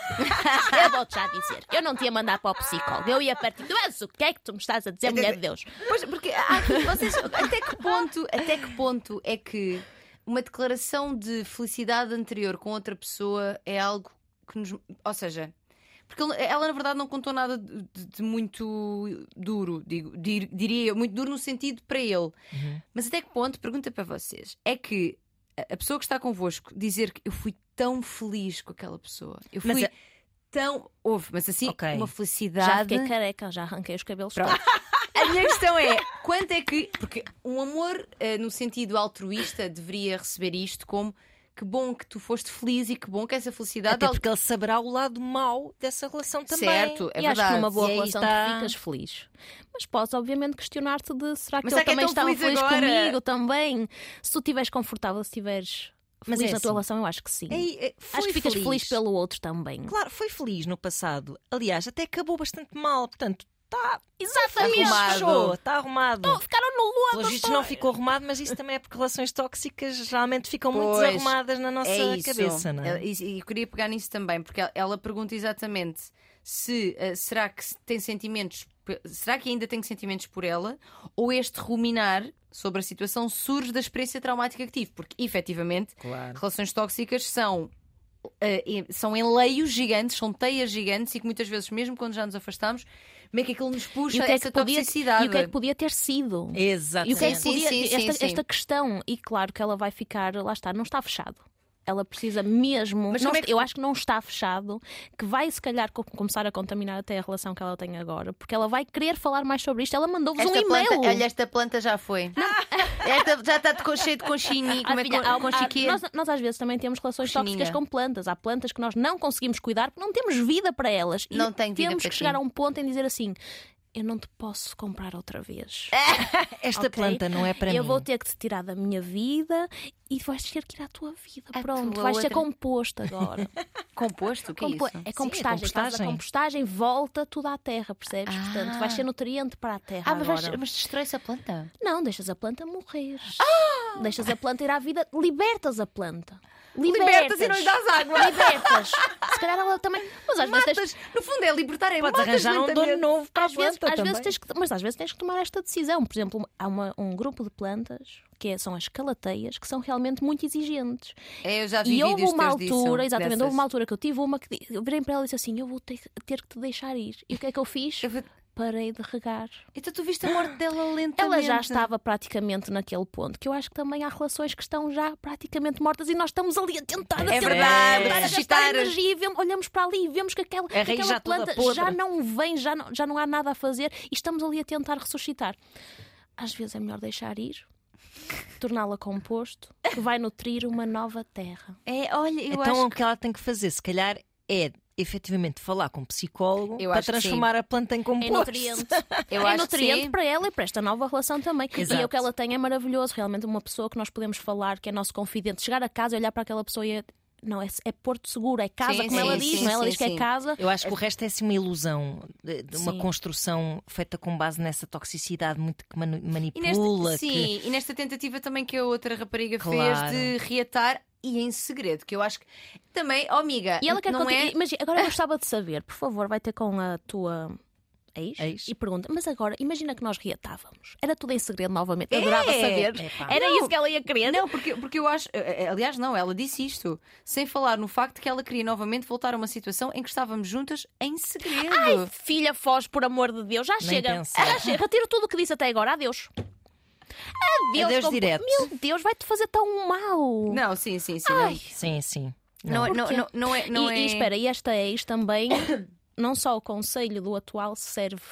Speaker 3: Eu vou-te já dizer. Eu não te ia mandar para o psicólogo. Eu ia partir. Tu és o que é que tu me estás a dizer, mulher de Deus?
Speaker 1: Pois, porque há aqui- vocês, até que ponto, até que ponto é que uma declaração de felicidade anterior com outra pessoa é algo que nos, ou seja, porque ele- ela na verdade não contou nada de, de- de muito duro, digo, dir- diria eu, muito duro no sentido para ele. Mas até que ponto, pergunta para vocês, é que a- a pessoa que está convosco dizer que eu fui tão feliz com aquela pessoa, eu
Speaker 2: Mas
Speaker 1: fui
Speaker 2: a-
Speaker 1: tão, houve, mas assim,
Speaker 2: Ok.
Speaker 1: uma
Speaker 3: Já
Speaker 1: felicidade.
Speaker 3: fiquei careca, já arranquei os cabelos.
Speaker 1: Pronto. A minha questão é: quanto é que. Porque um amor, eh, no sentido altruísta, deveria receber isto como que bom que tu foste feliz e que bom que essa felicidade.
Speaker 2: Até porque ele saberá o lado mau dessa relação também.
Speaker 1: Certo, é
Speaker 3: e
Speaker 1: verdade.
Speaker 3: acho que numa boa
Speaker 2: E aí
Speaker 3: relação
Speaker 2: está-
Speaker 3: tu ficas feliz. Mas podes, obviamente, questionar-te de será que
Speaker 1: Mas
Speaker 3: ele
Speaker 1: será que é
Speaker 3: também
Speaker 1: tão
Speaker 3: estava
Speaker 1: feliz
Speaker 3: feliz,
Speaker 1: agora?
Speaker 3: comigo também? Se tu estiveres confortável, se estiveres
Speaker 2: Mas
Speaker 3: feliz
Speaker 2: é
Speaker 3: na tua
Speaker 2: assim.
Speaker 3: relação, eu acho que sim.
Speaker 2: Ei, eh, foi
Speaker 3: acho que ficas feliz pelo outro também.
Speaker 2: Claro, foi feliz no passado. Aliás, até acabou bastante mal. Portanto, está
Speaker 3: Exatamente.
Speaker 1: Arrumado.
Speaker 2: fechou, está arrumado.
Speaker 3: Então, Ficaram no
Speaker 2: Pelos
Speaker 3: lodo.
Speaker 2: vistos não ficou arrumado, mas isso também é porque relações tóxicas geralmente ficam muito
Speaker 1: Pois,
Speaker 2: desarrumadas na nossa cabeça, não
Speaker 1: Eu-
Speaker 2: é?
Speaker 1: É E, e queria pegar nisso também, porque ela, ela pergunta exatamente se eh, será que se tem sentimentos, pe- será que ainda tem sentimentos por ela, ou este ruminar sobre a situação surge da experiência traumática que tive, porque efetivamente
Speaker 2: Claro.
Speaker 1: relações tóxicas são. eh, e- são enleios gigantes, são teias gigantes e que muitas vezes, mesmo quando já nos afastamos, meio que aquilo nos puxa
Speaker 3: E o que
Speaker 1: a
Speaker 3: é
Speaker 1: essa
Speaker 3: que podia-
Speaker 1: toxicidade.
Speaker 3: E o que é que podia ter sido? E o
Speaker 2: Exatamente.
Speaker 3: que é que
Speaker 1: Sim,
Speaker 3: podia
Speaker 1: sim, sim,
Speaker 3: esta,
Speaker 1: sim.
Speaker 3: esta questão? E claro que ela vai ficar, lá está, não está fechado. Ela precisa mesmo,
Speaker 1: Mas
Speaker 3: não
Speaker 1: como é
Speaker 3: est-
Speaker 1: que-
Speaker 3: eu acho que não está fechado, que vai se calhar co- começar a contaminar até a relação que ela tem agora, porque ela vai querer falar mais sobre isto. Ela mandou-vos um
Speaker 1: Esta
Speaker 3: e-mail.
Speaker 1: planta, olha, esta planta já foi. Esta já está de con- cheia de conchinha.
Speaker 3: Ah,
Speaker 1: Como é que
Speaker 3: filha, há-
Speaker 1: con-
Speaker 3: há-
Speaker 1: conchiqueira?
Speaker 3: nós, nós às vezes também temos relações
Speaker 1: Coxininha.
Speaker 3: tóxicas com plantas. Há plantas que nós não conseguimos cuidar porque não temos vida para elas.
Speaker 1: Não
Speaker 3: e
Speaker 1: tem vida
Speaker 3: temos
Speaker 1: para
Speaker 3: que
Speaker 1: ti.
Speaker 3: chegar a um ponto em dizer assim: eu não te posso comprar outra vez.
Speaker 2: Esta
Speaker 3: Ok.
Speaker 2: planta não é para
Speaker 3: eu
Speaker 2: mim.
Speaker 3: vou ter que te tirar da minha vida e vais ter que ir à tua vida.
Speaker 1: À
Speaker 3: Pronto,
Speaker 1: tua
Speaker 3: vais ser
Speaker 1: outra-
Speaker 3: composto agora.
Speaker 1: Composto? O que
Speaker 3: Compo-
Speaker 1: é isso?
Speaker 3: É compostagem. fazes
Speaker 2: compostagem.
Speaker 3: A compostagem volta tudo à terra, percebes? Portanto, vais ser nutriente para a terra.
Speaker 1: Ah, mas, vais-
Speaker 3: agora.
Speaker 1: mas destrói-se a planta.
Speaker 3: Não, deixas a planta morrer.
Speaker 1: Ah!
Speaker 3: Deixas a planta ir à vida, libertas a planta.
Speaker 1: Libertas e não lhe dás água.
Speaker 3: Libertas. Se calhar ela também. Mas às vezes tens,
Speaker 1: Matas. No fundo é libertar, é
Speaker 2: Podes
Speaker 1: matas
Speaker 2: arranjar um dono
Speaker 1: lentamente.
Speaker 2: novo para
Speaker 3: às
Speaker 2: a
Speaker 3: vezes,
Speaker 2: planta
Speaker 3: às
Speaker 2: também.
Speaker 3: vezes tens que, mas às vezes tens que tomar esta decisão. Por exemplo, há uma- um grupo de plantas que é- são as calateias que são realmente muito exigentes.
Speaker 1: É, eu já vi
Speaker 3: E houve
Speaker 1: vídeos
Speaker 3: uma
Speaker 1: teus
Speaker 3: altura,
Speaker 1: disso,
Speaker 3: exatamente,
Speaker 1: dessas.
Speaker 3: houve uma altura que eu tive uma que di- eu virei para ela e disse assim: Eu vou ter, que- ter que te deixar ir. E o que é que eu fiz?
Speaker 1: Eu vou-
Speaker 3: Parei de regar.
Speaker 1: Então tu viste a morte dela lentamente.
Speaker 3: Ela já
Speaker 1: né?
Speaker 3: estava praticamente naquele ponto, que eu acho que também há relações que estão já praticamente mortas e nós estamos ali a tentar a
Speaker 1: É
Speaker 3: tentar,
Speaker 1: verdade,
Speaker 3: a tentar a
Speaker 1: ressuscitar.
Speaker 3: gastar energia e vemos- olhamos para ali e vemos que aquela,
Speaker 2: A raiz
Speaker 3: aquela
Speaker 2: já toda
Speaker 3: planta
Speaker 2: podre.
Speaker 3: já não vem, já não, já não há nada a fazer e estamos ali a tentar ressuscitar. Às vezes é melhor deixar ir, torná-la composto, que vai nutrir uma nova terra.
Speaker 1: É, olha, eu
Speaker 2: Então
Speaker 1: acho
Speaker 2: o que ela tem que fazer, se calhar, é efetivamente falar com um psicólogo
Speaker 1: Eu
Speaker 2: para
Speaker 1: acho que sim.
Speaker 2: transformar a planta em
Speaker 1: Um
Speaker 3: É
Speaker 2: composto.
Speaker 3: nutriente.
Speaker 1: que, eu
Speaker 3: é
Speaker 1: acho
Speaker 3: nutriente
Speaker 1: que sim.
Speaker 3: para ela e para esta nova relação também.
Speaker 2: Exato.
Speaker 3: E é o que ela tem é maravilhoso. Realmente, uma pessoa que nós podemos falar, que é nosso confidente, chegar a casa e olhar para aquela pessoa e. é- Não, é, é Porto Seguro, é casa,
Speaker 1: Sim,
Speaker 3: como
Speaker 1: sim,
Speaker 3: ela diz,
Speaker 1: sim,
Speaker 3: não é? Ela
Speaker 1: sim,
Speaker 3: diz que
Speaker 1: sim.
Speaker 3: é casa.
Speaker 2: Eu acho que o resto é assim uma ilusão de, de uma
Speaker 3: Sim.
Speaker 2: construção feita com base nessa toxicidade muito que manu-
Speaker 1: E nesta,
Speaker 2: manipula. que...
Speaker 1: sim, e nesta tentativa também que a outra rapariga
Speaker 2: Claro.
Speaker 1: fez de reatar e em segredo, que eu acho que também, oh amiga,
Speaker 3: E ela quer
Speaker 1: não
Speaker 3: conti-
Speaker 1: é?
Speaker 3: Imagina, agora eu gostava de saber, por favor, vai ter com a tua ex,
Speaker 2: Ex.
Speaker 3: e pergunta, mas agora, imagina que nós reatávamos. Era tudo em segredo novamente, eu adorava
Speaker 1: É.
Speaker 3: saber.
Speaker 2: Epá.
Speaker 3: Era
Speaker 1: Não.
Speaker 3: isso que ela ia querer.
Speaker 1: Não, porque, porque eu acho. eh, eh, Aliás, não, ela disse isto. Sem falar no facto que ela queria novamente voltar a uma situação em que estávamos juntas em segredo.
Speaker 3: Ai, filha, foge, por amor de Deus, já
Speaker 2: Nem
Speaker 3: chega.
Speaker 2: pensar.
Speaker 3: Já chega. Retiro tudo o que disse até agora. Adeus. Adeus,
Speaker 2: Adeus
Speaker 3: compo-
Speaker 2: direto.
Speaker 3: Meu Deus, vai-te fazer tão mal.
Speaker 1: Não, sim, sim, sim.
Speaker 3: Ai.
Speaker 2: Sim, sim.
Speaker 1: Não, não, não,
Speaker 3: Porquê?
Speaker 1: não, não é. Não
Speaker 3: e,
Speaker 1: é...
Speaker 3: e espera, e esta ex também, não só o conselho do atual serve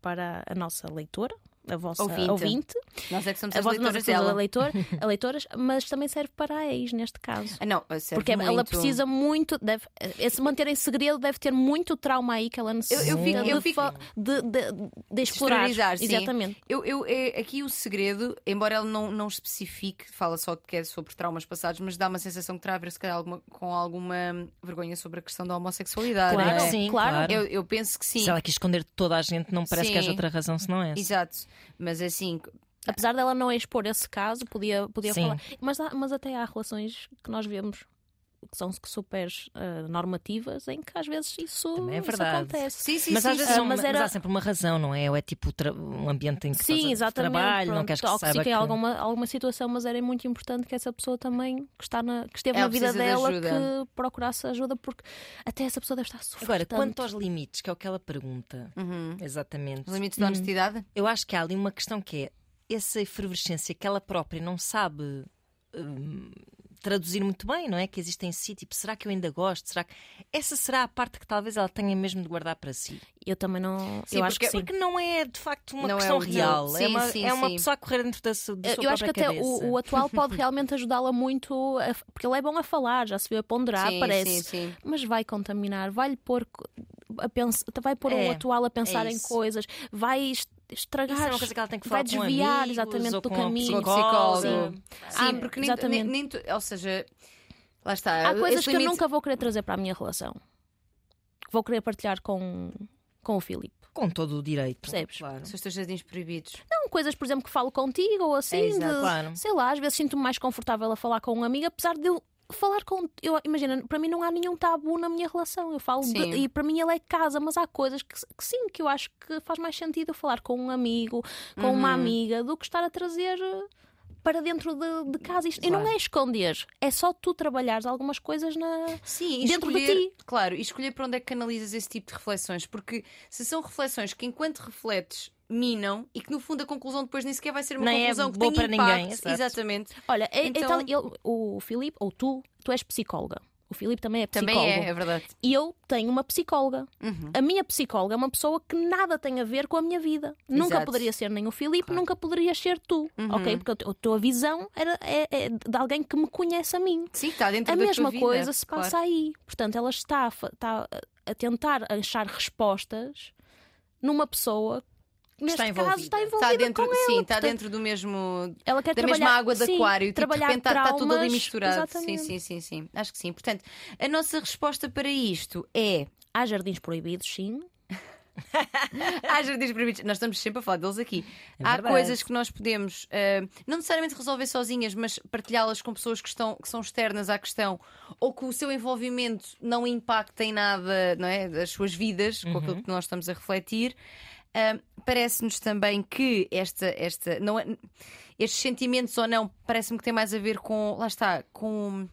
Speaker 3: para a nossa leitora, a vossa
Speaker 1: Ouvinte.
Speaker 3: ouvinte,
Speaker 1: Nós é que somos
Speaker 3: a
Speaker 1: as
Speaker 3: vossa nós
Speaker 1: leitoras
Speaker 3: somos a
Speaker 1: dela.
Speaker 3: leitor, a leitoras, mas também serve para a ex neste caso.
Speaker 1: Ah, Não, serve
Speaker 3: Porque ela
Speaker 1: muito.
Speaker 3: precisa muito, deve, esse manter em segredo deve ter muito trauma aí que ela
Speaker 1: Eu,
Speaker 3: necessita
Speaker 1: eu fico. Eu
Speaker 3: de
Speaker 1: fico...
Speaker 3: fa- de, de, de explorar.
Speaker 1: exteriorizar, sim.
Speaker 3: Exatamente.
Speaker 1: Eu, eu, é, aqui o segredo, embora ele não, não especifique, fala só que é sobre traumas passados, mas dá uma sensação que terá a ver, se calhar, alguma- com alguma vergonha sobre a questão da homossexualidade.
Speaker 3: Claro,
Speaker 1: não é?
Speaker 2: sim,
Speaker 3: claro.
Speaker 2: claro.
Speaker 1: Eu, eu penso que sim.
Speaker 3: é
Speaker 2: Se ela quis esconder de toda a gente, não parece que haja
Speaker 1: Sim.
Speaker 2: outra razão senão essa.
Speaker 1: Exato. Mas assim,
Speaker 3: Apesar dela não expor esse caso, podia, podia
Speaker 2: Sim.
Speaker 3: falar. Mas, há- mas até há relações que nós vemos que são super eh, normativas em que às vezes isso,
Speaker 2: Também é
Speaker 3: isso
Speaker 2: verdade.
Speaker 3: acontece.
Speaker 1: sim, sim,
Speaker 2: mas
Speaker 1: sim,
Speaker 2: às vezes
Speaker 1: sim.
Speaker 2: são-
Speaker 3: mas um
Speaker 2: mas
Speaker 3: era-
Speaker 2: há sempre uma razão, não é? Ou é tipo tra- um ambiente em que
Speaker 3: Sim,
Speaker 2: estás a- de
Speaker 3: exatamente.
Speaker 2: trabalho, não
Speaker 3: pronto,
Speaker 2: queres que se
Speaker 3: tóxica
Speaker 2: saiba
Speaker 3: em
Speaker 2: que...
Speaker 3: alguma, alguma situação, mas era muito importante que essa pessoa também, que, está na, que
Speaker 2: É,
Speaker 3: esteve
Speaker 1: Ela
Speaker 3: na vida
Speaker 1: precisa de
Speaker 3: dela,
Speaker 1: ajuda.
Speaker 3: que procurasse ajuda, porque até essa pessoa deve estar sofrendo.
Speaker 2: Agora, quanto aos limites, que é o que ela pergunta,
Speaker 1: Uhum.
Speaker 2: exatamente.
Speaker 1: Os limites
Speaker 3: Hum.
Speaker 1: da honestidade?
Speaker 2: Eu acho que há ali uma questão que é essa efervescência que ela própria não sabe hum, traduzir muito bem, não é? Que existe em si, tipo, será que eu ainda gosto? Será que... Essa será a parte que talvez ela tenha mesmo de guardar para si.
Speaker 3: Eu também não.
Speaker 1: Sim,
Speaker 3: eu acho que sim.
Speaker 2: Porque não é de facto uma
Speaker 1: Não é
Speaker 2: questão
Speaker 1: o- não.
Speaker 2: real. é
Speaker 1: Sim,
Speaker 2: uma,
Speaker 1: sim,
Speaker 2: é uma
Speaker 1: sim.
Speaker 2: pessoa a correr dentro da, su- da sua
Speaker 3: Eu acho que
Speaker 2: própria
Speaker 3: até
Speaker 2: cabeça.
Speaker 3: o, o atual pode realmente ajudá-la muito, a- porque ele é bom a falar, já se viu a ponderar,
Speaker 1: sim,
Speaker 3: parece.
Speaker 1: sim, sim.
Speaker 3: mas vai contaminar, vai lhe pôr co- a pens- vai pôr
Speaker 2: É,
Speaker 3: o atual a pensar
Speaker 2: é
Speaker 3: em
Speaker 2: isso.
Speaker 3: coisas, vai est- estragar,
Speaker 2: Isso é uma coisa que ela tem que falar
Speaker 3: vai
Speaker 2: com
Speaker 3: desviar
Speaker 2: amigos,
Speaker 3: exatamente
Speaker 2: ou
Speaker 3: do
Speaker 2: com um a
Speaker 3: caminho.
Speaker 2: psicóloga.
Speaker 1: Sim.
Speaker 3: Ah,
Speaker 1: Sim, porque nem, nem,
Speaker 3: exatamente.
Speaker 1: nem tu- ou seja, lá está.
Speaker 3: Há coisas
Speaker 1: esse
Speaker 3: que eu
Speaker 1: limite-
Speaker 3: nunca vou querer trazer para a minha relação, que vou querer partilhar com, com o Filipe.
Speaker 2: Com todo o direito.
Speaker 3: Percebes?
Speaker 2: Claro.
Speaker 1: São os teus jardins proibidos.
Speaker 3: Não, coisas, por exemplo, que falo contigo ou assim.
Speaker 2: É, exato,
Speaker 3: de-
Speaker 2: claro.
Speaker 3: Sei lá, às vezes sinto-me mais confortável a falar com um amigo, apesar de eu falar com. Eu, imagina, para mim não há nenhum tabu na minha relação. Eu falo de-
Speaker 1: Sim.
Speaker 3: e para mim ela é casa, mas há coisas que, que sim, que eu acho que faz mais sentido eu falar com um amigo, com
Speaker 1: Uhum.
Speaker 3: uma amiga, do que estar a trazer. eh, Para dentro de, de casa. Isto- E não
Speaker 2: Claro.
Speaker 3: é esconder, é só tu trabalhares algumas coisas na.
Speaker 1: Sim, e
Speaker 3: dentro de
Speaker 1: escolher,
Speaker 3: ti.
Speaker 1: Claro, e escolher para onde é que canalizas esse tipo de reflexões, porque se são reflexões que enquanto refletes minam e que no fundo a conclusão depois nem sequer vai ser uma
Speaker 2: Nem é
Speaker 1: conclusão que
Speaker 2: boa
Speaker 1: tem
Speaker 2: para
Speaker 1: impacto.
Speaker 2: ninguém, exato.
Speaker 1: Exatamente.
Speaker 3: Olha, é- é
Speaker 1: Então-
Speaker 3: tal- ele- o Filipe, ou tu, tu és psicóloga. O Filipe também é
Speaker 1: Também
Speaker 3: psicólogo.
Speaker 1: é, é verdade.
Speaker 3: E eu tenho uma psicóloga.
Speaker 1: Uhum.
Speaker 3: A minha psicóloga é uma pessoa que nada tem a ver com a minha vida. Nunca
Speaker 1: Exato. Uhum.
Speaker 3: poderia ser nem o Filipe,
Speaker 2: Claro.
Speaker 3: nunca poderias ser tu. Ok? Porque a tu- a tua visão era, é, é de alguém que me conhece a mim.
Speaker 1: Sim, está dentro
Speaker 3: A
Speaker 1: da
Speaker 3: mesma
Speaker 1: tua vida,
Speaker 3: coisa se
Speaker 1: claro.
Speaker 3: passa aí. Portanto, ela está a, fa- está a- a tentar achar respostas numa pessoa que, neste
Speaker 2: está
Speaker 3: caso, está
Speaker 2: envolvida.
Speaker 3: envolvida
Speaker 1: Está Tá dentro,
Speaker 3: com
Speaker 1: sim, está
Speaker 3: portanto-
Speaker 1: dentro do mesmo
Speaker 3: ela quer
Speaker 1: da
Speaker 3: trabalhar,
Speaker 1: mesma água de
Speaker 3: sim,
Speaker 1: aquário, tipo, de
Speaker 3: trabalhar
Speaker 1: repente está, tudo ali
Speaker 3: traumas,
Speaker 1: misturado.
Speaker 3: Exatamente.
Speaker 1: Sim, sim, sim, sim. Acho que sim. Portanto, a nossa resposta para isto é.
Speaker 3: Há jardins proibidos, sim.
Speaker 1: Há jardins proibidos. Nós estamos sempre a falar deles aqui.
Speaker 2: É
Speaker 1: Há
Speaker 2: verdade.
Speaker 1: coisas que nós podemos ah, não necessariamente resolver sozinhas, mas partilhá-las com pessoas que, estão, que são externas à questão ou que o seu envolvimento não impacta em nada não é, das suas vidas, com
Speaker 2: Uhum.
Speaker 1: aquilo que nós estamos a refletir. Ah, parece-nos também que esta, esta não é- estes sentimentos ou não, parece-me que tem mais a ver com, lá está, com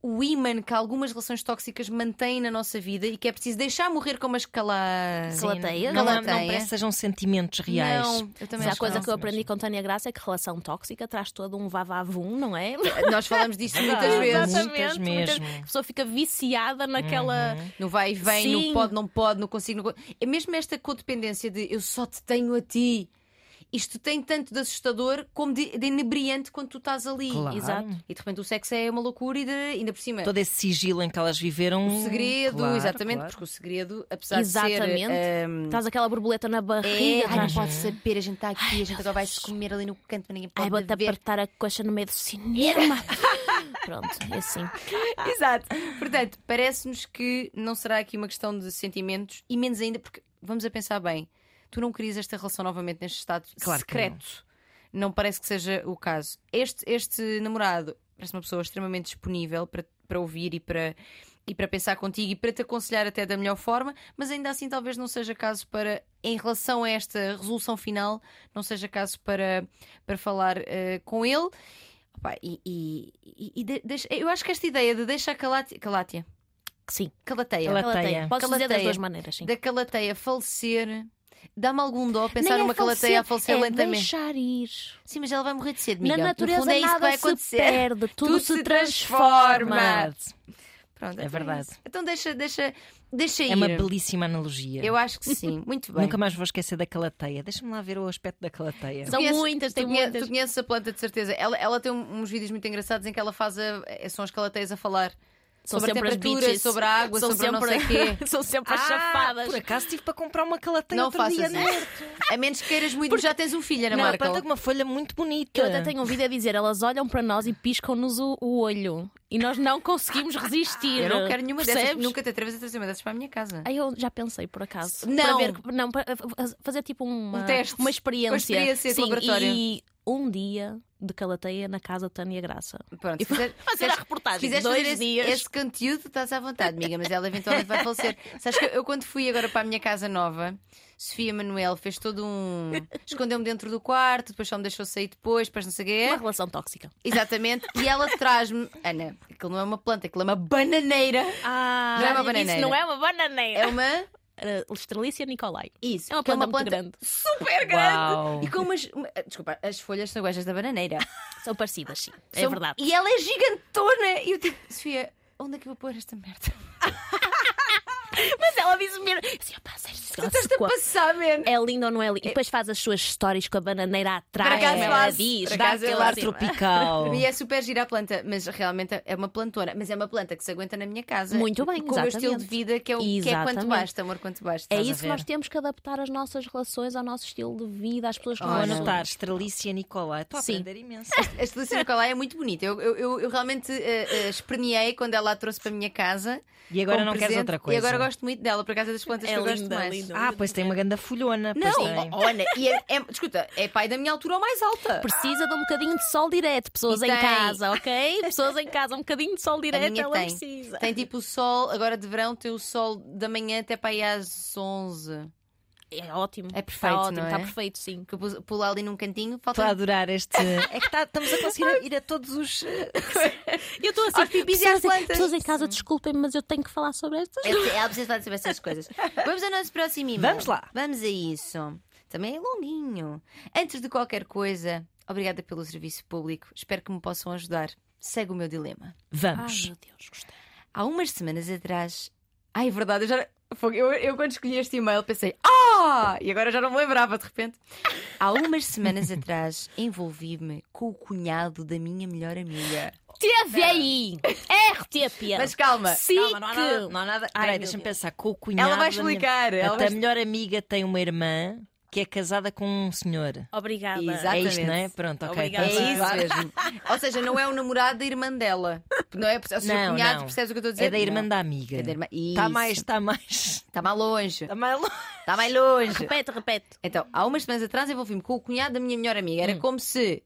Speaker 1: o ímã que algumas relações tóxicas mantêm na nossa vida e que é preciso deixar morrer como as calas.
Speaker 2: Sim,
Speaker 3: Galateia?
Speaker 2: Não, não, não
Speaker 1: Galateia.
Speaker 2: parece que sejam sentimentos reais.
Speaker 1: Não, eu também
Speaker 3: Mas a
Speaker 1: acho que
Speaker 3: coisa
Speaker 1: não.
Speaker 3: que eu aprendi com Tânia Graça é que relação tóxica traz todo um vavavum, não é?
Speaker 1: Nós falamos
Speaker 2: É
Speaker 1: disso muitas
Speaker 2: Exato.
Speaker 1: vezes.
Speaker 2: Muitas
Speaker 3: Ah, muitas-
Speaker 2: mesmo. Uhum.
Speaker 3: A pessoa fica viciada naquela.
Speaker 1: No vai e vem,
Speaker 3: Sim.
Speaker 1: no pode, não pode, não consigo. Não... co- É mesmo esta codependência de eu só te tenho a ti. Isto tem tanto de assustador como de, de inebriante quando tu estás ali.
Speaker 2: Claro.
Speaker 1: Exato. E de repente o sexo é uma loucura e de- ainda por cima.
Speaker 2: Todo esse sigilo em que elas viveram.
Speaker 1: É. O segredo,
Speaker 2: Claro,
Speaker 1: exatamente,
Speaker 2: claro.
Speaker 1: porque o segredo, apesar de
Speaker 3: Exatamente.
Speaker 1: ser. ehm,
Speaker 3: Traz aquela borboleta na
Speaker 1: é,
Speaker 3: barriga.
Speaker 1: ai, não
Speaker 3: traz...
Speaker 1: pode saber, a gente está aqui, a gente agora vai-se comer ali no canto, mas ninguém
Speaker 3: Ai,
Speaker 1: pode
Speaker 3: vou-te
Speaker 1: ver.
Speaker 3: apertar a coxa no meio do cinema. Pronto, é assim.
Speaker 1: Exato. Portanto, parece-nos que não será aqui uma questão de sentimentos e menos ainda, porque vamos a pensar bem, tu não querias esta relação novamente neste estado
Speaker 2: Claro que
Speaker 1: secreto. Não. parece que seja o caso. Este, este namorado parece uma pessoa extremamente disponível para, para ouvir e para. E para pensar contigo e para te aconselhar até da melhor forma, mas ainda assim talvez não seja caso para, em relação a esta resolução final, não seja caso para, para falar eh, com ele. Pá, e, e- e- e de- deixa- eu acho que esta ideia de deixar Calatia, Calatia
Speaker 3: Sim.
Speaker 1: Calateia,
Speaker 2: Cala- Calateia.
Speaker 3: Calateia. Podes dizer das
Speaker 1: Calateia.
Speaker 3: duas maneiras, sim.
Speaker 1: da Calateia falecer, dá-me algum dó pensar
Speaker 3: Nem é
Speaker 1: numa Calateia a falecer
Speaker 3: é
Speaker 1: lentamente.
Speaker 3: Deixar ir.
Speaker 1: Sim, mas ela vai morrer de sede, Miguel.
Speaker 3: Na
Speaker 1: no
Speaker 3: natureza
Speaker 1: fundo é isso que vai
Speaker 3: nada se
Speaker 1: acontecer.
Speaker 3: perde, tudo,
Speaker 1: Tudo se
Speaker 3: se
Speaker 1: transforma.
Speaker 3: transforma.
Speaker 1: Pronto, então
Speaker 2: É verdade.
Speaker 1: isso. Então deixa, deixa, deixa ir.
Speaker 2: É uma belíssima analogia.
Speaker 1: Eu acho que sim, muito bem.
Speaker 2: Nunca mais vou esquecer da calateia. Deixa-me lá ver o aspecto da calateia.
Speaker 3: São
Speaker 1: Conheces-
Speaker 3: muitas,
Speaker 1: tu
Speaker 3: tem
Speaker 1: conhe-
Speaker 3: muitas.
Speaker 1: Tu conheces a planta de certeza. Ela, ela tem um- uns vídeos muito engraçados em que ela faz a, são as calateias a falar
Speaker 3: São
Speaker 1: sobre a
Speaker 3: sempre as
Speaker 1: temperatura,
Speaker 3: bitches.
Speaker 1: sobre a água,
Speaker 3: São
Speaker 1: sobre o não sei
Speaker 3: sempre-
Speaker 1: o quê.
Speaker 3: São sempre as
Speaker 2: Ah,
Speaker 3: chafadas.
Speaker 2: por acaso tive para comprar uma calateia
Speaker 1: Não
Speaker 2: outro dia.
Speaker 1: faças
Speaker 2: não é?
Speaker 1: isso. A menos que queiras muito, já tens um filho, Ana
Speaker 2: Não,
Speaker 1: Marca.
Speaker 2: planta com uma folha muito bonita.
Speaker 3: Eu até tenho um vídeo a dizer, elas olham para nós e piscam-nos o, o olho. E nós não conseguimos resistir.
Speaker 1: Eu não quero nenhuma
Speaker 3: percebes?
Speaker 1: dessas. Nunca te atreves a trazer uma dessas para a minha casa.
Speaker 3: Aí eu já pensei, por acaso.
Speaker 1: Não.
Speaker 3: Para ver, não, para fa- fazer tipo uma,
Speaker 1: Um teste.
Speaker 3: Uma experiência.
Speaker 1: Uma experiência de
Speaker 3: Sim,
Speaker 1: laboratório.
Speaker 3: E um dia de calateia na casa de Tânia Graça.
Speaker 1: Pronto, se quiser-
Speaker 3: fazer
Speaker 1: se-
Speaker 3: a reportagem,
Speaker 1: Se quiseres
Speaker 3: dois
Speaker 1: fazer esse-
Speaker 3: dias.
Speaker 1: Esse, conteúdo, estás à vontade, amiga, mas ela eventualmente vai falecer. Sabes que eu, eu quando fui agora para a minha casa nova, Sofia Manuel fez todo um. escondeu-me dentro do quarto, depois só me deixou sair depois, depois não sei o quê.
Speaker 3: Uma relação tóxica.
Speaker 1: Exatamente, e ela traz-me. Ana, aquilo não é uma planta, aquilo é uma bananeira.
Speaker 3: Ah,
Speaker 1: Não é uma
Speaker 3: Isso
Speaker 1: bananeira.
Speaker 3: não é uma bananeira.
Speaker 1: É uma.
Speaker 3: Uh, Estrelícia Nicolai.
Speaker 1: Isso,
Speaker 3: É uma
Speaker 1: que
Speaker 3: planta muito grande.
Speaker 1: super grande.
Speaker 2: Uau.
Speaker 1: E com umas. uma- Desculpa, as folhas são iguais às da bananeira.
Speaker 3: São parecidas, sim. É
Speaker 1: São-
Speaker 3: verdade.
Speaker 1: E ela é gigantona. E eu tipo, Sofia, onde é que eu vou pôr esta merda?
Speaker 3: Mas ela disse mesmo. Assim, opa, sério, se ela
Speaker 1: Estás
Speaker 3: secou
Speaker 1: a
Speaker 3: a
Speaker 1: passar, man.
Speaker 3: É lindo ou não é lindo? E depois faz as suas stories com a bananeira atrás.
Speaker 1: Por
Speaker 2: É,
Speaker 1: acaso
Speaker 3: ela
Speaker 1: faço,
Speaker 3: diz,
Speaker 1: por
Speaker 3: dá
Speaker 1: acaso eu
Speaker 3: aquele
Speaker 2: Ar
Speaker 3: ar
Speaker 1: faço.
Speaker 3: tropical.
Speaker 2: tropical.
Speaker 1: E é super gira a planta, mas realmente é uma plantona. Mas é uma planta que se aguenta na minha casa.
Speaker 3: Muito bem,
Speaker 1: Com o meu estilo de
Speaker 3: exatamente.
Speaker 1: vida, que é, o, que é quanto
Speaker 3: Exatamente.
Speaker 1: basta, amor, quanto basta.
Speaker 2: Estás
Speaker 3: É
Speaker 2: a
Speaker 3: isso que
Speaker 2: ver?
Speaker 3: nós temos que adaptar as nossas relações ao nosso estilo de vida, às pessoas que
Speaker 2: Vou
Speaker 1: Olha.
Speaker 2: anotar, Estrelícia Nicolai. Estou a
Speaker 3: Sim.
Speaker 2: aprender imenso.
Speaker 1: A Estelícia Nicolai é muito bonita. Eu, eu, eu, eu realmente eh, eh, esperneei quando ela a trouxe para a minha casa.
Speaker 2: E agora
Speaker 1: como
Speaker 2: não queres
Speaker 1: presente.
Speaker 2: outra coisa.
Speaker 1: E agora gosto muito dela, por acaso é das plantas
Speaker 3: É
Speaker 1: que eu gosto
Speaker 3: linda,
Speaker 1: mais.
Speaker 3: linda. folhão.
Speaker 2: Ah, pois tem uma grande folhona. pois
Speaker 1: Não,
Speaker 2: tem.
Speaker 1: oh, olha, e é, é- escuta, é pai da minha altura ou mais alta.
Speaker 3: Precisa de um bocadinho de sol direto, pessoas
Speaker 1: E
Speaker 3: em
Speaker 1: tem.
Speaker 3: casa, ok? Pessoas em casa, um bocadinho de sol
Speaker 1: A
Speaker 3: direto,
Speaker 1: minha
Speaker 3: ela
Speaker 1: tem.
Speaker 3: precisa.
Speaker 1: Tem tipo o sol, agora de verão tem o sol da manhã até para aí às 11.
Speaker 3: É ótimo.
Speaker 1: É perfeito,
Speaker 3: Está ótimo,
Speaker 1: não é?
Speaker 3: está perfeito, sim.
Speaker 1: Que eu pus- pulo ali num cantinho,
Speaker 2: Estou a
Speaker 1: falta.
Speaker 2: adorar este. É que tá- estamos a conseguir ir a todos os.
Speaker 3: Eu estou assim,
Speaker 1: Aos pipis e às
Speaker 3: pessoas, em-
Speaker 1: plantas.
Speaker 3: pessoas em casa, desculpem, mas eu tenho que falar sobre estas
Speaker 1: É- Ela precisa falar sobre essas coisas. Vamos ao nosso próximo e-mail.
Speaker 2: Vamos lá.
Speaker 1: Vamos a isso. Também é longuinho. Antes de qualquer coisa, obrigada pelo serviço público. Espero que me possam ajudar. Segue o meu dilema.
Speaker 2: Vamos.
Speaker 3: Ai, meu Deus, gostei.
Speaker 1: Há umas semanas atrás. Ai, é verdade, eu já. Fogo, Eu, eu quando escolhi este e-mail pensei, ah! E agora já não me lembrava de repente. Há umas semanas atrás envolvi-me com o cunhado da minha melhor amiga.
Speaker 3: Teve aí! É, RTP!
Speaker 1: Mas calma,
Speaker 3: Sim
Speaker 2: Calma, não há nada.
Speaker 3: que-
Speaker 2: Não há nada.
Speaker 3: Ai,
Speaker 2: Peraí,
Speaker 3: meu
Speaker 2: deixa-me
Speaker 3: Deus.
Speaker 2: pensar. Com o cunhado.
Speaker 1: ela vai
Speaker 2: da minha-
Speaker 1: explicar. Ela
Speaker 2: Até
Speaker 1: vai...
Speaker 2: a melhor amiga tem uma irmã que é casada com um senhor.
Speaker 3: Obrigada.
Speaker 1: Exato.
Speaker 2: É isto,
Speaker 1: Exatamente.
Speaker 2: não é? Pronto, ok.
Speaker 3: Obrigada.
Speaker 1: É
Speaker 2: Tá certo.
Speaker 1: isso mesmo. Ou seja, não é o namorado da irmã dela. Não é? O seu
Speaker 2: Não,
Speaker 1: cunhado,
Speaker 2: não.
Speaker 1: percebes o que eu estou a dizer?
Speaker 2: É da irmã
Speaker 1: Não.
Speaker 2: da amiga.
Speaker 1: É da irmã.
Speaker 2: Está
Speaker 1: Isso.
Speaker 2: mais, está mais.
Speaker 1: Está mais longe.
Speaker 2: Está mais longe.
Speaker 1: Está mais longe.
Speaker 3: Repete, repete.
Speaker 1: Então, há umas semanas atrás envolvi-me com o cunhado da minha melhor amiga.
Speaker 3: Hum.
Speaker 1: Era como se.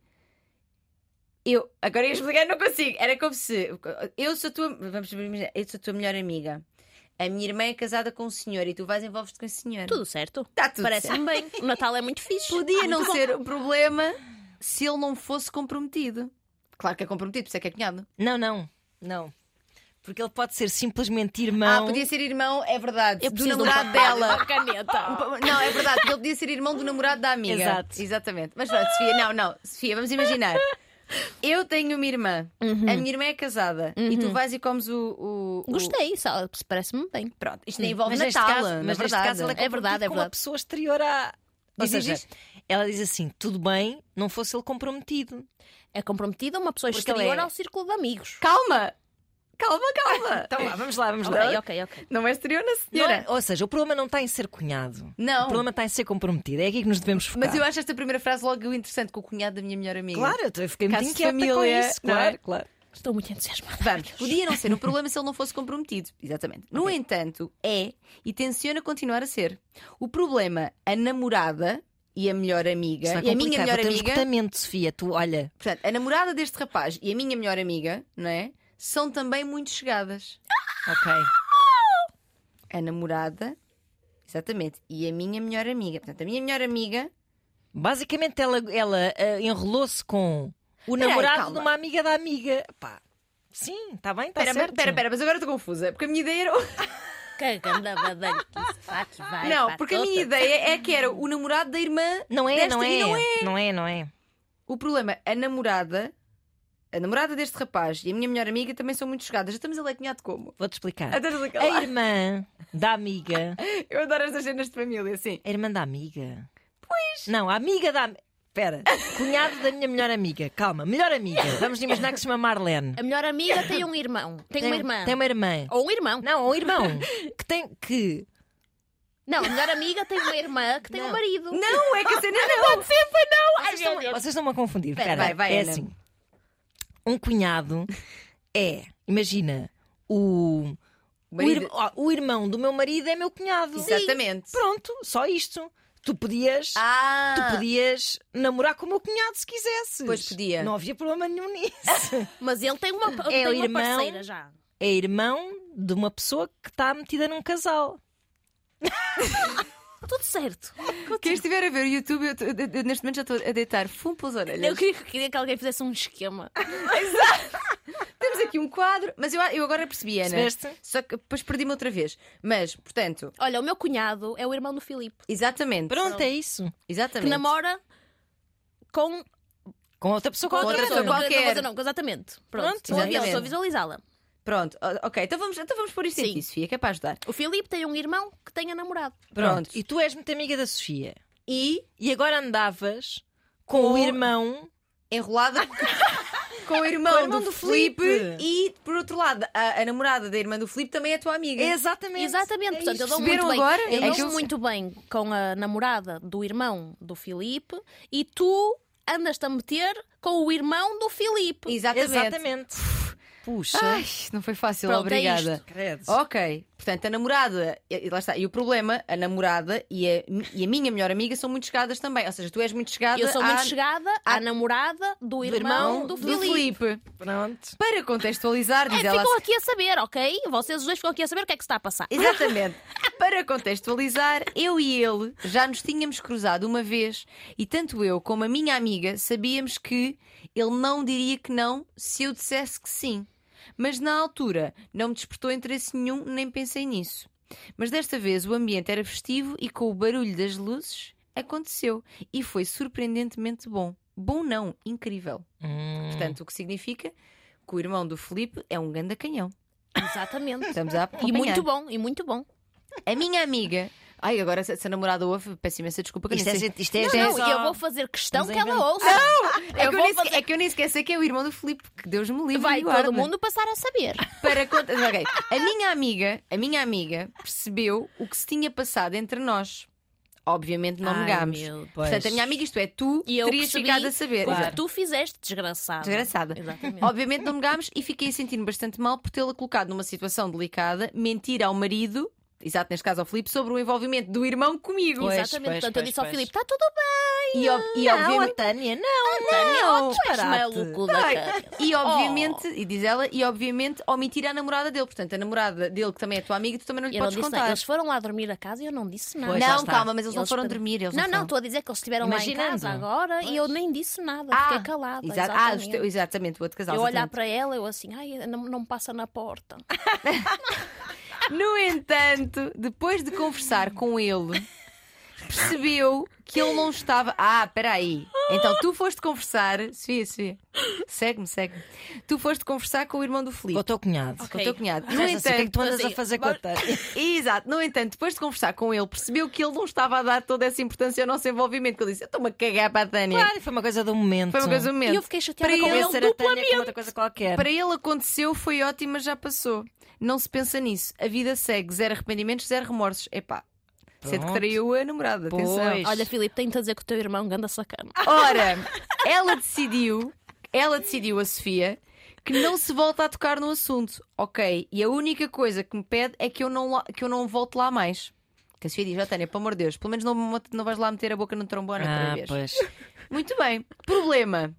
Speaker 1: Eu. Agora ia explicar, não consigo. Era como se. Eu sou a tua. Vamos imaginar. Eu sou a tua melhor amiga. A minha irmã é casada com um senhor e tu vais e envolves-te com esse senhor.
Speaker 3: Tudo certo?
Speaker 1: Está tudo certo.
Speaker 3: Parece-me bem. O Natal é muito fixe.
Speaker 1: Podia não
Speaker 3: Muito bom.
Speaker 1: ser o problema se ele não fosse comprometido. Claro que é comprometido, por isso é que é cunhado.
Speaker 2: Não, não, não. Porque ele pode ser simplesmente
Speaker 1: Ah,
Speaker 2: irmão.
Speaker 1: podia ser irmão, é verdade.
Speaker 3: Eu
Speaker 1: do
Speaker 3: preciso de um
Speaker 1: namorado
Speaker 3: papel e
Speaker 1: dela.
Speaker 3: Uma caneta.
Speaker 1: Não, é verdade, porque ele podia ser irmão do namorado da amiga.
Speaker 2: Exato.
Speaker 1: Exatamente. Mas pronto, Sofia, não, não, Sofia, vamos imaginar. Eu tenho uma irmã,
Speaker 3: Uhum.
Speaker 1: a minha irmã é casada e
Speaker 2: Uhum.
Speaker 1: tu vais e comes o. o- o-
Speaker 3: Gostei, só- parece-me bem. Uhum.
Speaker 1: Pronto, isto nem envolve
Speaker 2: mas neste
Speaker 1: Natal,
Speaker 2: caso,
Speaker 1: na
Speaker 2: mas neste
Speaker 1: verdade.
Speaker 2: caso ela é,
Speaker 3: É verdade,
Speaker 2: comprometida
Speaker 3: é
Speaker 2: com uma
Speaker 3: verdade.
Speaker 2: pessoa exterior à. Ou
Speaker 1: Diz, diz,
Speaker 2: seja,
Speaker 1: diz.
Speaker 2: ela diz assim: tudo bem, não fosse ele comprometido.
Speaker 3: É comprometida uma pessoa
Speaker 2: Porque
Speaker 3: exterior
Speaker 2: ele é-
Speaker 3: ao círculo de amigos.
Speaker 1: Calma, calma, calma.
Speaker 2: Então vá, vamos lá, vamos lá.
Speaker 3: Ok, ok, ok.
Speaker 1: Não é exterior
Speaker 2: Não
Speaker 1: na
Speaker 2: é-
Speaker 1: senhora.
Speaker 2: ou seja, o problema não está em ser cunhado.
Speaker 1: Não.
Speaker 2: é O problema está em ser comprometido. É aqui que nos devemos focar.
Speaker 1: Mas eu acho esta primeira frase logo interessante com o cunhado da minha melhor amiga.
Speaker 2: Claro, eu fiquei muito
Speaker 1: Caso de
Speaker 2: inquieta com
Speaker 1: família,
Speaker 2: isso.
Speaker 1: não é?
Speaker 2: Claro, claro.
Speaker 3: Estou muito entusiasmada.
Speaker 1: Vamos, podia não ser um problema se ele não fosse comprometido. Exatamente. No entanto, é e tenciona continuar a ser. O problema, a namorada e a melhor amiga,
Speaker 2: Isto vai
Speaker 1: e a minha
Speaker 2: complicar,
Speaker 1: melhor
Speaker 2: vou ter um
Speaker 1: amiga,
Speaker 2: esgotamento, Sofia. Tu, olha,
Speaker 1: portanto, a namorada deste rapaz e a minha melhor amiga, não é? São também muito chegadas.
Speaker 2: ok.
Speaker 1: A namorada, exatamente, e a minha melhor amiga. Portanto, a minha melhor amiga
Speaker 2: Basicamente, ela, ela ah, enrolou-se com o
Speaker 1: Peraí,
Speaker 2: namorado
Speaker 1: calma.
Speaker 2: de uma amiga da amiga. Pá, sim, está bem, está
Speaker 1: Espera,
Speaker 2: certo.
Speaker 1: espera, espera, mas agora estou confusa, porque a minha ideia era.
Speaker 3: Que grande badalho que isso vai, que vai,
Speaker 1: não,
Speaker 3: pá,
Speaker 1: porque a
Speaker 3: tota.
Speaker 1: minha ideia é que era o namorado da irmã
Speaker 2: Não é,
Speaker 1: Desta
Speaker 2: não
Speaker 1: aí
Speaker 2: é,
Speaker 1: não
Speaker 2: não é, não é.
Speaker 1: O problema, a namorada, a namorada deste rapaz e a minha melhor amiga também são muito chegadas. Já estamos a lequinhado como?
Speaker 2: Vou-te explicar.
Speaker 1: Até estás a
Speaker 2: A
Speaker 1: calar.
Speaker 2: irmã da amiga.
Speaker 1: Eu adoro estas cenas de família, sim.
Speaker 2: A irmã da amiga. Pois. Não, a amiga da. Espera, cunhado da minha melhor amiga. Calma, melhor amiga. Vamos imaginar que se chama Marlene.
Speaker 3: A melhor amiga tem um irmão. Tem, uma irmã.
Speaker 2: Tem uma irmã.
Speaker 3: Ou um irmão.
Speaker 2: Não, um irmão. que tem. Que.
Speaker 3: Não, a melhor amiga tem uma irmã que tem
Speaker 2: Não.
Speaker 3: um marido.
Speaker 1: Não, é que a cena não. Pode ser, foi não.
Speaker 3: Ai, meu Deus.
Speaker 2: Vocês estão-me a confundir.
Speaker 1: Espera,
Speaker 2: Espera,
Speaker 1: vai, vai,
Speaker 2: é
Speaker 1: Ana.
Speaker 2: assim. Um cunhado é, imagina, o, o,
Speaker 1: Marido.
Speaker 2: ir- ó, o irmão do meu marido é meu cunhado.
Speaker 1: Exatamente.
Speaker 2: Pronto, só isto. Tu podias,
Speaker 1: Ah,
Speaker 2: tu podias namorar com o meu cunhado se quisesses.
Speaker 1: Pois podia.
Speaker 2: Não havia problema nenhum nisso.
Speaker 3: Mas ele tem uma, tem
Speaker 2: É o
Speaker 3: uma
Speaker 2: irmão.
Speaker 3: parceira já.
Speaker 2: é irmão de uma pessoa que está metida num casal.
Speaker 3: Tá Tudo certo.
Speaker 1: quem estiver a ver o YouTube, eu tô- eu- eu- neste momento já estou a deitar fumo pelas orelhas.
Speaker 3: Eu queria, queria que alguém fizesse um esquema.
Speaker 1: Temos aqui um quadro, mas eu, eu agora percebi, Ana.
Speaker 2: Percebeste?
Speaker 1: Só que depois perdi-me outra vez. Mas, portanto,
Speaker 3: Olha, o meu cunhado é o irmão do Filipe,
Speaker 1: exatamente.
Speaker 2: Pronto, é isso.
Speaker 1: Exatamente.
Speaker 3: que namora com
Speaker 2: Com outra pessoa, com
Speaker 1: Com
Speaker 2: outra
Speaker 1: outra
Speaker 2: pessoa.
Speaker 1: pessoa.
Speaker 3: Não,
Speaker 1: qualquer.
Speaker 3: Não, mas eu não, exatamente. Pronto,
Speaker 2: Pronto,
Speaker 3: estou a vê-la, estou a
Speaker 1: exatamente.
Speaker 3: visualizá-la.
Speaker 1: Pronto, o- ok, então vamos, então vamos pôr isto em
Speaker 3: Sim.
Speaker 1: ti, Sofia, que é para ajudar.
Speaker 3: O Filipe tem um irmão que tenha namorado.
Speaker 1: Pronto.
Speaker 2: E tu és muito amiga da Sofia.
Speaker 1: E
Speaker 2: E agora andavas com o
Speaker 1: Com-
Speaker 2: irmão
Speaker 1: enrolada com o irmão,
Speaker 2: Com o irmão
Speaker 1: do,
Speaker 2: do
Speaker 1: Felipe
Speaker 2: Filipe.
Speaker 1: e, por outro lado, a, a namorada da irmã do Felipe também é tua amiga.
Speaker 2: Exatamente.
Speaker 3: Exatamente,
Speaker 2: É
Speaker 3: portanto,
Speaker 2: isto.
Speaker 3: eu dou
Speaker 1: Perceberam
Speaker 3: muito bem.
Speaker 1: agora?
Speaker 3: Eu
Speaker 1: É
Speaker 3: dou
Speaker 1: que eu-
Speaker 3: muito bem com a namorada do irmão do Filipe e tu andas-te a meter com o irmão do Filipe.
Speaker 1: Exatamente.
Speaker 2: Exatamente. Puxa. Oh.
Speaker 1: Ai, não foi fácil,
Speaker 3: Pronto, é
Speaker 1: obrigada.
Speaker 3: isto.
Speaker 2: Credo.
Speaker 1: ok, Portanto, a namorada, e e lá está, e o problema, a namorada e a, e a minha melhor amiga são muito chegadas também. Ou seja, tu és muito chegada
Speaker 3: Eu sou
Speaker 1: à-
Speaker 3: muito chegada à namorada do irmão do,
Speaker 1: do
Speaker 3: Filipe.
Speaker 1: Filipe.
Speaker 2: Pronto.
Speaker 1: Para contextualizar,
Speaker 3: É,
Speaker 1: diz ela assim,
Speaker 3: ficam aqui a saber, ok? Vocês os dois ficam aqui a saber o que é que se está a passar.
Speaker 1: Exatamente. Para contextualizar, eu e ele já nos tínhamos cruzado uma vez e tanto eu como a minha amiga sabíamos que ele não diria que não se eu dissesse que sim. Mas na altura não me despertou interesse nenhum, nem pensei nisso. Mas desta vez o ambiente era festivo e com o barulho das luzes aconteceu e foi surpreendentemente bom. Bom não, incrível.
Speaker 2: Hum.
Speaker 1: Portanto, o que significa que o irmão do Felipe é um ganda canhão.
Speaker 3: Exatamente.
Speaker 1: Estamos a
Speaker 3: E
Speaker 1: Então, acompanhar.
Speaker 3: muito bom, e muito bom.
Speaker 1: A É minha amiga. Ai, agora se se a namorada ouve, peço imensa desculpa que eu
Speaker 2: Isto
Speaker 1: nem
Speaker 2: é,
Speaker 1: sei.
Speaker 2: gente- isto é,
Speaker 1: Não,
Speaker 2: gente-
Speaker 3: Não, e eu vou fazer questão
Speaker 2: Mas
Speaker 3: que ela
Speaker 2: inventa-
Speaker 3: ouça.
Speaker 1: É,
Speaker 3: eu
Speaker 1: que eu
Speaker 3: vou
Speaker 1: nem,
Speaker 3: fazer-
Speaker 1: é que eu nem sequer sei que é o irmão do Filipe, que Deus me livre.
Speaker 3: Vai
Speaker 1: e guarde.
Speaker 3: todo mundo passar a saber.
Speaker 1: Para conta. Ok. A minha amiga, a minha amiga percebeu o que se tinha passado entre nós. Obviamente não
Speaker 2: Ai,
Speaker 1: negámos.
Speaker 2: meu, pois.
Speaker 1: Portanto, a minha amiga, isto é, tu
Speaker 3: E eu
Speaker 1: terias
Speaker 3: percebi
Speaker 1: ficado a saber.
Speaker 3: O que
Speaker 1: Exato.
Speaker 3: tu fizeste, desgraçado.
Speaker 1: Desgraçada.
Speaker 3: Exatamente.
Speaker 1: Obviamente não negámos e fiquei a sentir-me bastante mal por tê-la colocado numa situação delicada, mentir ao marido, exato, neste caso ao Filipe, sobre o envolvimento do irmão comigo.
Speaker 2: Pois,
Speaker 3: Exatamente.
Speaker 2: pois,
Speaker 3: Portanto, eu
Speaker 2: pois,
Speaker 3: disse ao
Speaker 2: pois.
Speaker 3: Filipe: está tudo
Speaker 1: E, ob- e
Speaker 2: Não,
Speaker 1: obviamente.
Speaker 2: a Tânia, não, a Tânia,
Speaker 1: não,
Speaker 2: oh,
Speaker 1: tu
Speaker 3: bem, és
Speaker 2: disparate.
Speaker 3: maluco da cabeça.
Speaker 1: E obviamente, e diz ela, e obviamente omitir a namorada dele. Portanto, a namorada dele, que também é tua amiga, tu também não lhe
Speaker 3: Eu não
Speaker 1: podes
Speaker 3: disse nada.
Speaker 1: contar.
Speaker 3: Eles foram lá dormir a casa e eu não disse nada.
Speaker 2: Pois, lá
Speaker 1: Não,
Speaker 2: está.
Speaker 1: calma, mas eles, não foram
Speaker 3: per-
Speaker 1: dormir. Eles
Speaker 3: não, não,
Speaker 1: foram.
Speaker 3: estou a dizer que eles estiveram lá em
Speaker 2: Imaginando.
Speaker 3: casa agora e eu nem disse nada. Fiquei calada.
Speaker 1: exa- ah, os
Speaker 3: exatamente.
Speaker 1: teus- exatamente, o outro casal.
Speaker 3: Eu olhar
Speaker 1: exatamente.
Speaker 3: para ela, eu assim, ai, não, não me passa na porta.
Speaker 1: No entanto, depois de conversar com ele, percebeu que ele não estava. Ah, peraí. Então tu foste conversar. Sofia, Sofia. Segue-me, segue-me. Tu foste conversar com o irmão do
Speaker 2: Com o
Speaker 1: Filipe.
Speaker 2: teu cunhado.
Speaker 1: Com o teu cunhado. No
Speaker 2: Mas, assim, o que é que
Speaker 1: entanto,
Speaker 2: tu andas a
Speaker 3: assim,
Speaker 2: fazer com a Tânia?
Speaker 1: Exato, no entanto, depois de conversar com ele, percebeu que ele não estava a dar toda essa importância ao nosso envolvimento. Que ele disse: Eu estou-me a cagar para a Tânia.
Speaker 2: Claro, foi uma coisa do momento.
Speaker 1: Foi uma coisa do
Speaker 3: E eu
Speaker 1: momento.
Speaker 3: fiquei chateada
Speaker 1: Para
Speaker 3: com
Speaker 1: ele
Speaker 3: ele
Speaker 2: Convencer a Tânia com
Speaker 3: duplamente.
Speaker 2: outra coisa qualquer.
Speaker 1: Para ele aconteceu, foi ótimo, mas já passou. Não se pensa nisso. A vida segue, zero arrependimentos, zero remorsos. Epá, sendo que
Speaker 2: Pronto.
Speaker 1: traiu a namorada. Atenção.
Speaker 2: Pois.
Speaker 3: Olha, Filipe, tenho-te a dizer que o teu irmão ganda sacana.
Speaker 1: Ora, ela decidiu, ela decidiu, a Sofia, que não se volta a tocar no assunto. Ok, e a única coisa que me pede é que eu não, lá- que eu não volte lá mais. Que a Sofia diz: Ó Tânia, pelo amor de Deus, pelo menos não, me- não vais lá meter a boca no trombone outra
Speaker 2: Ah,
Speaker 1: vez.
Speaker 2: pois.
Speaker 1: Muito bem. Problema.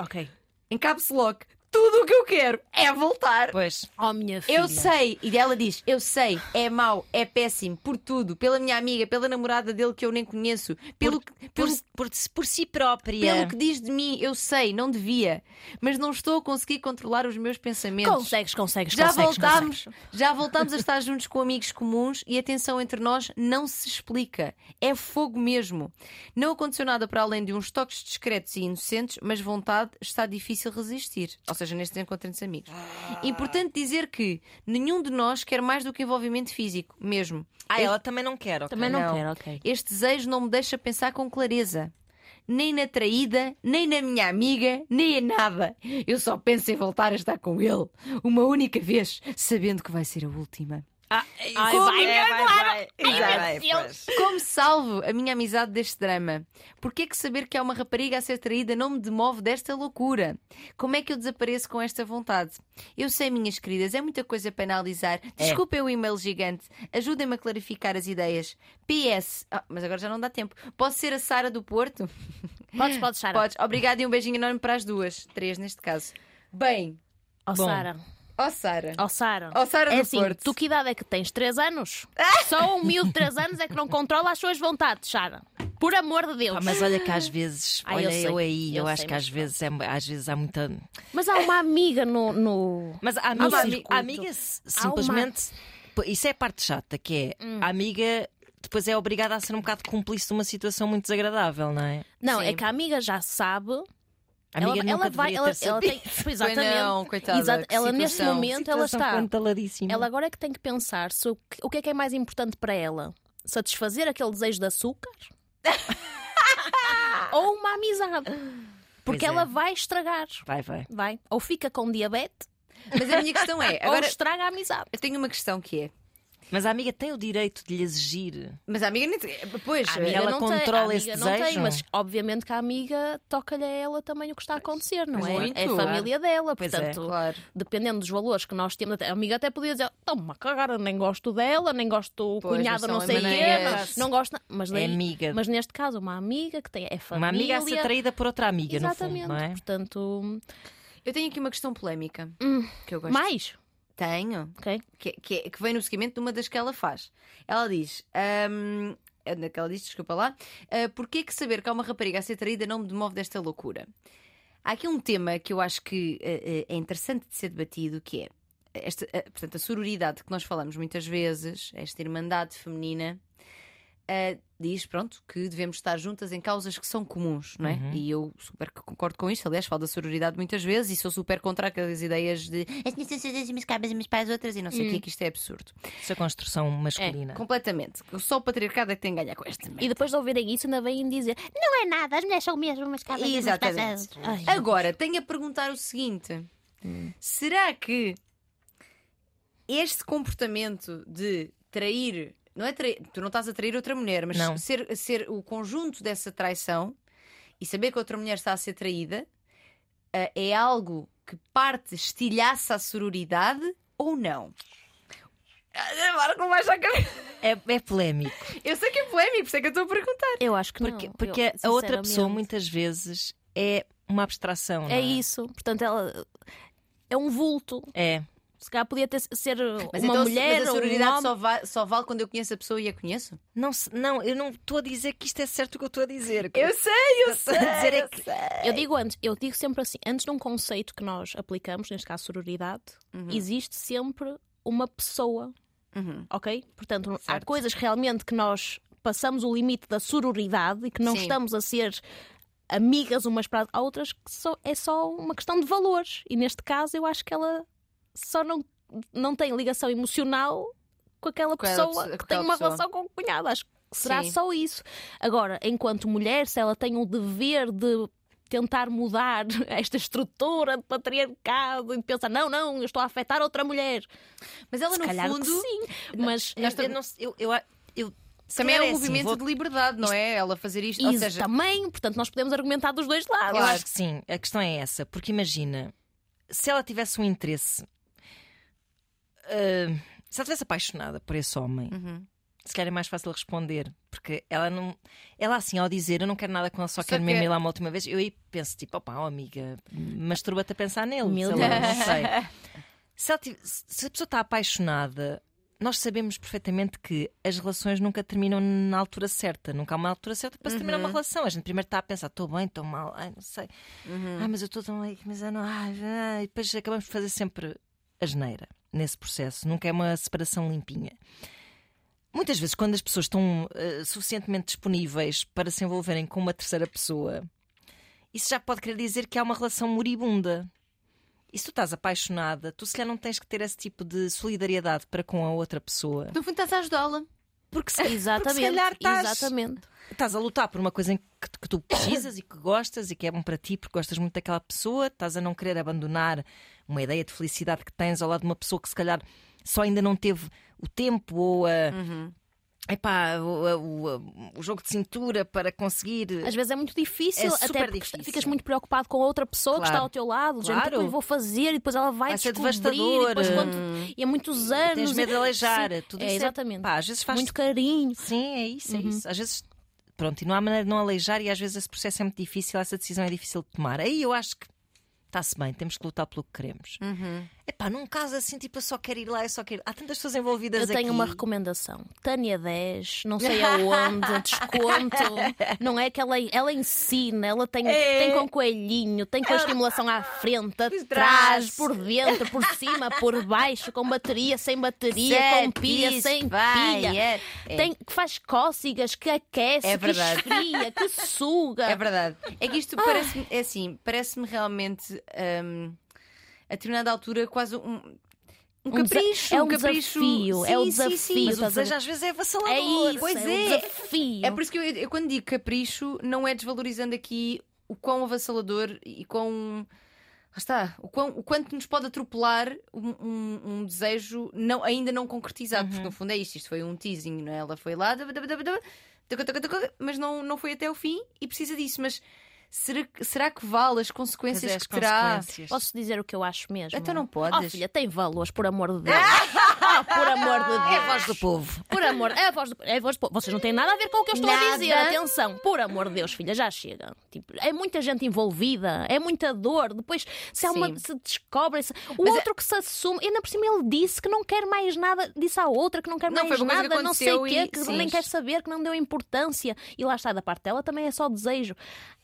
Speaker 3: Ok.
Speaker 1: Em caps lock, tudo o que eu quero é voltar.
Speaker 2: Pois.
Speaker 3: Oh, minha filha.
Speaker 1: Eu sei, e ela diz: Eu sei, é mau, é péssimo, por tudo, pela minha amiga, pela namorada dele que eu nem conheço, pelo, que-
Speaker 2: Por,
Speaker 1: pelo,
Speaker 2: por, por si própria.
Speaker 1: pelo que diz de mim, eu sei, não devia, mas não estou a conseguir controlar os meus pensamentos.
Speaker 3: Consegues, consegues,
Speaker 1: já
Speaker 3: consegues,
Speaker 1: voltámos, já voltámos a estar juntos com amigos comuns e a tensão entre nós não se explica. É fogo mesmo. Não aconteceu nada para além de uns toques discretos e inocentes, mas vontade está difícil resistir. Ou seja, nestes encontros entre amigos. Importante dizer que nenhum de nós quer mais do que envolvimento físico, mesmo.
Speaker 2: Ah, ela também não quer, ok.
Speaker 3: Também não,
Speaker 1: Não.
Speaker 3: quero, ok.
Speaker 1: Este desejo não me deixa pensar com clareza. Nem na traída, nem na minha amiga, nem em nada. Eu só penso em voltar a estar com ele. Uma única vez, sabendo que vai ser a última.
Speaker 2: Ah,
Speaker 3: Ai,
Speaker 2: como
Speaker 3: vai,
Speaker 2: é,
Speaker 3: vai,
Speaker 2: vai, vai,
Speaker 3: Ai,
Speaker 2: vai,
Speaker 3: meu
Speaker 2: pois.
Speaker 1: Como salvo a minha amizade deste drama? Porquê que saber que há uma rapariga a ser traída não me demove desta loucura? Como é que eu desapareço com esta vontade? Eu sei, minhas queridas, é muita coisa para analisar. Desculpem o e-mail gigante. Ajudem-me a clarificar as ideias. PS. Ah, mas agora já não dá tempo. Posso ser a Sara do Porto?
Speaker 3: Podes, podes, Sara.
Speaker 1: Podes. Obrigada e um beijinho enorme para as duas. Três neste caso. Bem,
Speaker 3: Oh,
Speaker 2: Bom.
Speaker 3: Sara.
Speaker 1: ó Sara.
Speaker 3: Oh, Sara.
Speaker 1: Ó Sara
Speaker 3: é
Speaker 1: do
Speaker 3: assim,
Speaker 1: Porto.
Speaker 3: tu que idade é que tens? Três anos? Só um miúdo de três anos é que não controla as suas vontades, Sara. Por amor de Deus.
Speaker 2: Ah, mas olha que às vezes,
Speaker 3: Ah, eu
Speaker 2: olha eu,
Speaker 3: sei,
Speaker 2: aí, eu,
Speaker 3: eu
Speaker 2: acho
Speaker 3: sei,
Speaker 2: que
Speaker 3: mas
Speaker 2: às vezes, é, às vezes há muita.
Speaker 3: Mas há uma amiga no. no...
Speaker 2: Mas a
Speaker 1: uma
Speaker 2: amiga,
Speaker 1: ami-
Speaker 2: a amiga s- simplesmente. Pô, Isso é a parte chata, que
Speaker 3: Hum.
Speaker 2: é a amiga depois é obrigada a ser um bocado cúmplice de uma situação muito desagradável, não é?
Speaker 3: Não, é
Speaker 1: Sim.
Speaker 3: que a amiga já sabe.
Speaker 2: A amiga
Speaker 3: ela,
Speaker 2: nunca
Speaker 3: ela vai.
Speaker 2: deveria
Speaker 3: Ela,
Speaker 2: ter
Speaker 3: ela
Speaker 2: sabido.
Speaker 3: tem. Exatamente.
Speaker 1: não, coitada,
Speaker 3: Exato.
Speaker 1: que
Speaker 3: Ela, neste
Speaker 1: situação.
Speaker 3: momento, ela
Speaker 2: Situação
Speaker 3: está.
Speaker 2: controladíssima.
Speaker 3: Ela agora é que tem que pensar se o que, o que é que é mais importante para ela: satisfazer aquele desejo de açúcar ou uma amizade. Porque
Speaker 2: Pois é.
Speaker 3: ela vai estragar.
Speaker 2: Vai, vai.
Speaker 3: Vai. Ou fica com diabete,
Speaker 1: Mas a minha questão é.
Speaker 3: ou
Speaker 1: Agora,
Speaker 3: estraga a amizade.
Speaker 1: eu tenho uma questão que é.
Speaker 2: Mas a amiga tem o direito de lhe exigir.
Speaker 1: Mas a amiga nem. te- Pois,
Speaker 3: A Ah, amiga
Speaker 1: eh,
Speaker 2: ela
Speaker 3: não
Speaker 2: controla
Speaker 3: tem, a
Speaker 2: esse
Speaker 3: amiga Não tem,
Speaker 2: desejo?
Speaker 3: mas obviamente que a amiga toca-lhe a ela também o que está a acontecer, não
Speaker 2: Pois
Speaker 3: é?
Speaker 2: muito,
Speaker 3: é a
Speaker 2: claro.
Speaker 3: família dela,
Speaker 2: Pois é.
Speaker 3: portanto,
Speaker 1: Claro.
Speaker 3: dependendo dos valores que nós temos, até- a amiga até podia dizer: toma cagada, nem gosto dela, nem gosto do
Speaker 1: Pois,
Speaker 3: cunhado,
Speaker 1: mas
Speaker 3: não
Speaker 1: são
Speaker 3: sei o
Speaker 1: maneiras.
Speaker 3: quê, não, não gosto. na- Mas, daí-
Speaker 2: É amiga.
Speaker 3: mas neste caso, uma amiga que tem, é
Speaker 2: Uma amiga
Speaker 3: família.
Speaker 2: a ser traída por outra amiga,
Speaker 3: Exatamente,
Speaker 2: no fundo, não é?
Speaker 3: portanto,
Speaker 1: Eu tenho aqui uma questão polémica
Speaker 3: Hum.
Speaker 1: que eu gosto.
Speaker 3: mais,
Speaker 1: Tenho.
Speaker 3: ok?
Speaker 1: que, que, é- que vem no seguimento de uma das que ela faz. Ela diz. hum, é na que ela diz, desculpa lá, ah, porquê que saber que há uma rapariga a ser traída não me demove desta loucura? Há aqui um tema que eu acho que ah, ah, é interessante de ser debatido, que é esta, ah, portanto, a sororidade que nós falamos muitas vezes, esta irmandade feminina, ah, diz, pronto, que devemos estar juntas em causas que são comuns, não é?
Speaker 2: Uhum.
Speaker 1: E eu super que concordo com isto, aliás, falo da sororidade muitas vezes e sou super contra aquelas ideias de as minhas sensões e meus cabras e meus pais outras e não sei o que, que isto é absurdo.
Speaker 2: Essa construção
Speaker 3: É,
Speaker 2: masculina.
Speaker 1: Completamente. Só o patriarcado é que tem ganha com este.
Speaker 3: E depois de ouvirem isso, ainda vêm dizer: não é nada, as mulheres são mesmo umas cabras e umas
Speaker 1: Exatamente.
Speaker 3: passas." Ai,
Speaker 1: Agora, tenho a perguntar o seguinte: será que este comportamento de trair, não é trair, tu não estás a trair outra mulher, mas
Speaker 2: Não.
Speaker 1: ser, ser o conjunto dessa traição e saber que outra mulher está a ser traída ah, é algo que parte estilhaça a sororidade ou não? Ah, Agora não vais à cabeça.
Speaker 2: É, é polémico.
Speaker 1: Eu sei que é polémico, por isso é que eu estou a perguntar.
Speaker 3: Eu acho que
Speaker 2: Porque,
Speaker 3: não.
Speaker 2: porque
Speaker 3: Eu,
Speaker 2: a outra pessoa,
Speaker 3: sinceramente,
Speaker 2: muitas vezes, é uma abstração. não
Speaker 3: É isso, portanto, ela é um vulto.
Speaker 2: É.
Speaker 3: Se calhar podia ter, ser
Speaker 1: Mas,
Speaker 3: uma
Speaker 1: então,
Speaker 3: mulher
Speaker 1: mas a
Speaker 3: ou um
Speaker 1: sororidade
Speaker 3: homem.
Speaker 1: só, va- só vale quando eu conheço a pessoa e a conheço?
Speaker 2: Não, se- não, eu não estou a dizer que isto é certo o que eu estou a dizer.
Speaker 1: sei,
Speaker 2: eu sei,
Speaker 1: é
Speaker 2: eu
Speaker 3: Eu digo antes, eu digo sempre assim, antes de um conceito que nós aplicamos, neste caso sororidade,
Speaker 2: Uhum.
Speaker 3: existe sempre uma pessoa,
Speaker 1: Uhum.
Speaker 3: ok? Portanto, há
Speaker 2: Certo.
Speaker 3: coisas realmente que nós passamos o limite da sororidade e que não
Speaker 1: Sim.
Speaker 3: estamos a ser amigas umas para as outras, que só, é só uma questão de valores. E neste caso, eu acho que ela só não, não tem ligação emocional com aquela
Speaker 1: Com aquela
Speaker 3: pessoa
Speaker 1: pessoa- com
Speaker 3: que tem
Speaker 1: aquela
Speaker 3: uma
Speaker 1: pessoa.
Speaker 3: relação com o cunhado. Acho que será
Speaker 1: Sim.
Speaker 3: só isso. Agora, enquanto mulher, se ela tem o dever de tentar mudar esta estrutura de patriarcado e de pensar, não, não, eu estou a afetar outra mulher.
Speaker 1: Mas ela,
Speaker 3: se
Speaker 1: no
Speaker 3: calhar que
Speaker 1: fundo,
Speaker 3: sim, mas
Speaker 2: Eu- eu não sei, eu- eu a- eu- se
Speaker 1: também é
Speaker 2: calhar
Speaker 1: um
Speaker 2: assim,
Speaker 1: movimento
Speaker 2: vou-
Speaker 1: de liberdade, não é? Ela fazer isto. Ou
Speaker 3: isso
Speaker 1: seja,
Speaker 3: também, portanto, nós podemos argumentar dos dois lados.
Speaker 2: Eu acho que sim, a questão é essa, porque imagina, se ela tivesse um interesse, ah, se ela estivesse apaixonada por esse homem,
Speaker 1: Uhum.
Speaker 2: se calhar é mais fácil responder, porque ela não. Ela assim, ao dizer eu não quero nada com ela, só,
Speaker 1: Só
Speaker 2: quero mesmo
Speaker 1: quer-
Speaker 2: ir lá uma última vez, eu aí penso tipo, opá, ó amiga, masturba-te a pensar nele,
Speaker 3: Meu
Speaker 2: sei lá,
Speaker 3: Deus.
Speaker 2: não sei. Se, ela tive- se a pessoa está apaixonada, nós sabemos perfeitamente que as relações nunca terminam na altura certa, nunca há uma altura certa para se terminar
Speaker 3: Uhum.
Speaker 2: uma relação. A gente primeiro está a pensar, estou bem, estou mal, ai, não sei,
Speaker 3: Uhum.
Speaker 2: ai, mas eu estou tão aí, mas eu não, ai, ai, e depois acabamos por fazer sempre a geneira nesse processo, nunca é uma separação limpinha. Muitas vezes, quando as pessoas estão eh, suficientemente disponíveis para se envolverem com uma terceira pessoa, isso já pode querer dizer que há uma relação moribunda. E se tu estás apaixonada, tu se calhar não tens que ter esse tipo de solidariedade para com a outra pessoa.
Speaker 1: no fundo, estás a ajudá-la.
Speaker 2: Porque se,
Speaker 3: Exatamente,
Speaker 2: porque se calhar estás,
Speaker 3: exatamente.
Speaker 2: estás a lutar por uma coisa em que, que tu precisas e que gostas e que é bom para ti porque gostas muito daquela pessoa, estás a não querer abandonar uma ideia de felicidade que tens ao lado de uma pessoa que se calhar só ainda não teve o tempo ou a.
Speaker 3: Uhum.
Speaker 2: Epá, o, o- o jogo de cintura para conseguir.
Speaker 3: Às vezes é muito difícil,
Speaker 2: É super
Speaker 3: até porque
Speaker 2: difícil.
Speaker 3: ficas muito preocupado com a outra pessoa que
Speaker 2: Claro.
Speaker 3: está ao teu lado, gente, o que é que eu
Speaker 2: Claro.
Speaker 3: lhe vou fazer e depois ela vai,
Speaker 2: Vai ser
Speaker 3: descobrir, e depois
Speaker 2: devastador.
Speaker 3: quando e é muitos anos.
Speaker 2: Tens medo de aleijar.
Speaker 3: Sim,
Speaker 2: Tudo
Speaker 3: é,
Speaker 2: isso é-
Speaker 3: exatamente.
Speaker 2: pá, às vezes faz
Speaker 3: Muito carinho. Uhum.
Speaker 2: Sim, é isso, é isso. Às vezes, pronto, e não há maneira de não aleijar, e às vezes esse processo é muito difícil, essa decisão é difícil de tomar. Aí eu acho que está-se bem, temos que lutar pelo que queremos.
Speaker 1: uhum.
Speaker 2: Epá, num caso assim, tipo, eu só quero ir lá, eu só quero. Há tantas pessoas envolvidas
Speaker 3: Eu tenho
Speaker 2: aqui.
Speaker 3: uma recomendação. Tânia 10, não sei aonde, desconto. Não é que ela, ela ensina, ela tem,
Speaker 1: É.
Speaker 3: tem com coelhinho, tem com a estimulação à frente, atrás,
Speaker 1: trás.
Speaker 3: por dentro, por cima, por baixo, com bateria, sem bateria, com pilha, sem pilha. Tem, que faz cócegas, que aquece,
Speaker 1: É
Speaker 3: que
Speaker 1: verdade.
Speaker 3: esfria, que suga.
Speaker 1: É verdade. É que
Speaker 3: Ah.
Speaker 1: isto parece-me, é assim, parece-me realmente hum, a determinada altura quase um. Um
Speaker 3: Um desa-
Speaker 1: capricho,
Speaker 3: é um
Speaker 1: capricho.
Speaker 3: desafio, é
Speaker 1: Sim,
Speaker 3: o
Speaker 1: sim, sim.
Speaker 3: desafio.
Speaker 2: Mas o
Speaker 3: estás a ver?
Speaker 2: desejo às vezes é avassalador.
Speaker 3: É isso,
Speaker 2: Pois
Speaker 3: é,
Speaker 1: é.
Speaker 3: um desafio.
Speaker 1: É por isso que eu, eu quando digo capricho, não é desvalorizando aqui o quão avassalador e quão lá está, o, quão- o quanto nos pode atropelar um, um- um desejo não, ainda não concretizado,
Speaker 2: Uhum.
Speaker 1: porque no fundo é isto, isto foi um teasing, não é? Ela foi lá, dab- dab- dab- dab, tucu, tucu, tucu, mas não, não foi até o fim e precisa disso. Mas será, que- será que vale as
Speaker 2: Mas
Speaker 1: consequências
Speaker 2: é as
Speaker 1: que terá?
Speaker 2: consequências.
Speaker 3: Posso dizer o que eu acho mesmo?
Speaker 1: Então não podes.
Speaker 3: Oh, filha, tem valores, por amor de Deus. Ah, por amor de Deus.
Speaker 2: É a voz do povo.
Speaker 3: Por amor, é a voz do, é a voz do povo. Vocês não têm nada a ver com o que eu estou a
Speaker 1: Nada.
Speaker 3: dizer. Atenção, por amor de Deus, filha, já chega. Tipo, é muita gente envolvida, é muita dor. Depois, se há
Speaker 1: Sim.
Speaker 3: uma se descobre, se- o
Speaker 1: Mas é-
Speaker 3: outro que se assume, e ainda por cima ele disse que não quer mais nada, disse à outra que não quer
Speaker 1: Não,
Speaker 3: mais
Speaker 1: foi uma coisa que
Speaker 3: nada, não sei o quê,
Speaker 1: aconteceu e-
Speaker 3: que
Speaker 1: sim.
Speaker 3: nem quer saber, que não deu importância. E lá está, da parte dela também é só desejo.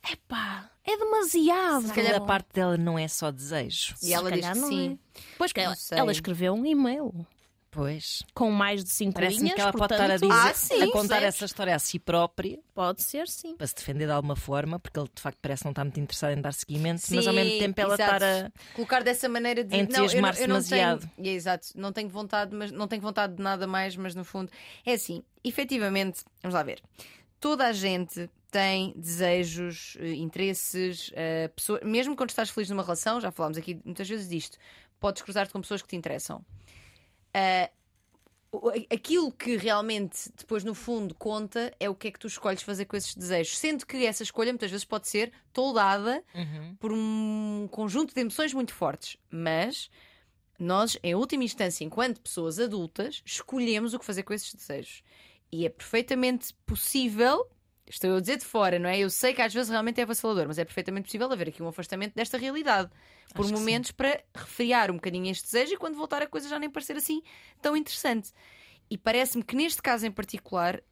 Speaker 3: Epá, é demasiado.
Speaker 2: Se calhar a parte dela não é só desejo.
Speaker 1: E ela diz
Speaker 3: calhar
Speaker 1: que
Speaker 3: não é.
Speaker 1: sim.
Speaker 3: Pois que
Speaker 1: Não
Speaker 3: ela,
Speaker 1: sei.
Speaker 3: ela escreveu um e-mail
Speaker 2: Pois.
Speaker 3: com mais de cinco
Speaker 2: Parece-me
Speaker 3: linhas.
Speaker 2: que ela pode
Speaker 3: portanto,
Speaker 2: estar a, dizer,
Speaker 1: Ah, sim,
Speaker 2: a contar
Speaker 1: percebes?
Speaker 2: essa história a si própria
Speaker 3: Pode ser, sim.
Speaker 2: para se defender de alguma forma, porque ele de facto parece não estar muito interessado em dar seguimento, mas ao mesmo
Speaker 1: Sim,
Speaker 2: tempo ela
Speaker 1: exato.
Speaker 2: estar a.
Speaker 1: Colocar dessa maneira de
Speaker 2: Entusiasmar-se
Speaker 1: não, eu não, eu não
Speaker 2: demasiado.
Speaker 1: Tenho, é, exato, não tenho vontade, mas não tenho vontade de nada mais, mas no fundo é assim. Efetivamente, vamos lá ver. Toda a gente tem desejos, eh, interesses, eh, pessoa- mesmo quando estás feliz numa relação, já falámos aqui muitas vezes disto, podes cruzar-te com pessoas que te interessam. Eh, o- a- aquilo que realmente depois no fundo conta é o que é que tu escolhes fazer com esses desejos, sendo que essa escolha muitas vezes pode ser toldada
Speaker 2: Uhum.
Speaker 1: por um conjunto de emoções muito fortes, mas nós, em última instância, enquanto pessoas adultas, escolhemos o que fazer com esses desejos. E é perfeitamente possível, estou eu a dizer de fora, não é? Eu sei que às vezes realmente é avassalador, mas é perfeitamente possível haver aqui um afastamento desta realidade por
Speaker 2: Acho que
Speaker 1: momentos para refriar um bocadinho este desejo e quando voltar a coisa já nem parecer assim tão interessante. E parece-me que neste caso em particular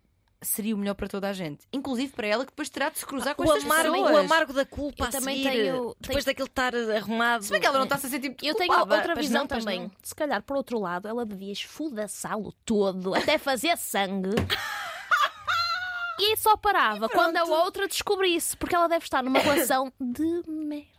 Speaker 1: seria o melhor para toda a gente, inclusive para ela que depois terá de se cruzar com
Speaker 2: Ah, o,
Speaker 1: estas
Speaker 2: amargo,
Speaker 1: pessoas.
Speaker 2: o amargo da culpa
Speaker 3: Eu
Speaker 2: a
Speaker 3: também
Speaker 2: seguir,
Speaker 3: tenho-
Speaker 2: depois daquele estar arrumado.
Speaker 1: Se bem que ela não está a sentir muito
Speaker 3: Eu tenho
Speaker 1: culpada.
Speaker 3: outra
Speaker 2: Pois
Speaker 3: visão
Speaker 2: não, pois
Speaker 3: também.
Speaker 2: não.
Speaker 3: Se calhar, por outro lado, ela devia esfudaçá-lo todo, até fazer sangue. E aí só parava quando a outra descobrisse, porque ela deve estar numa relação de merda.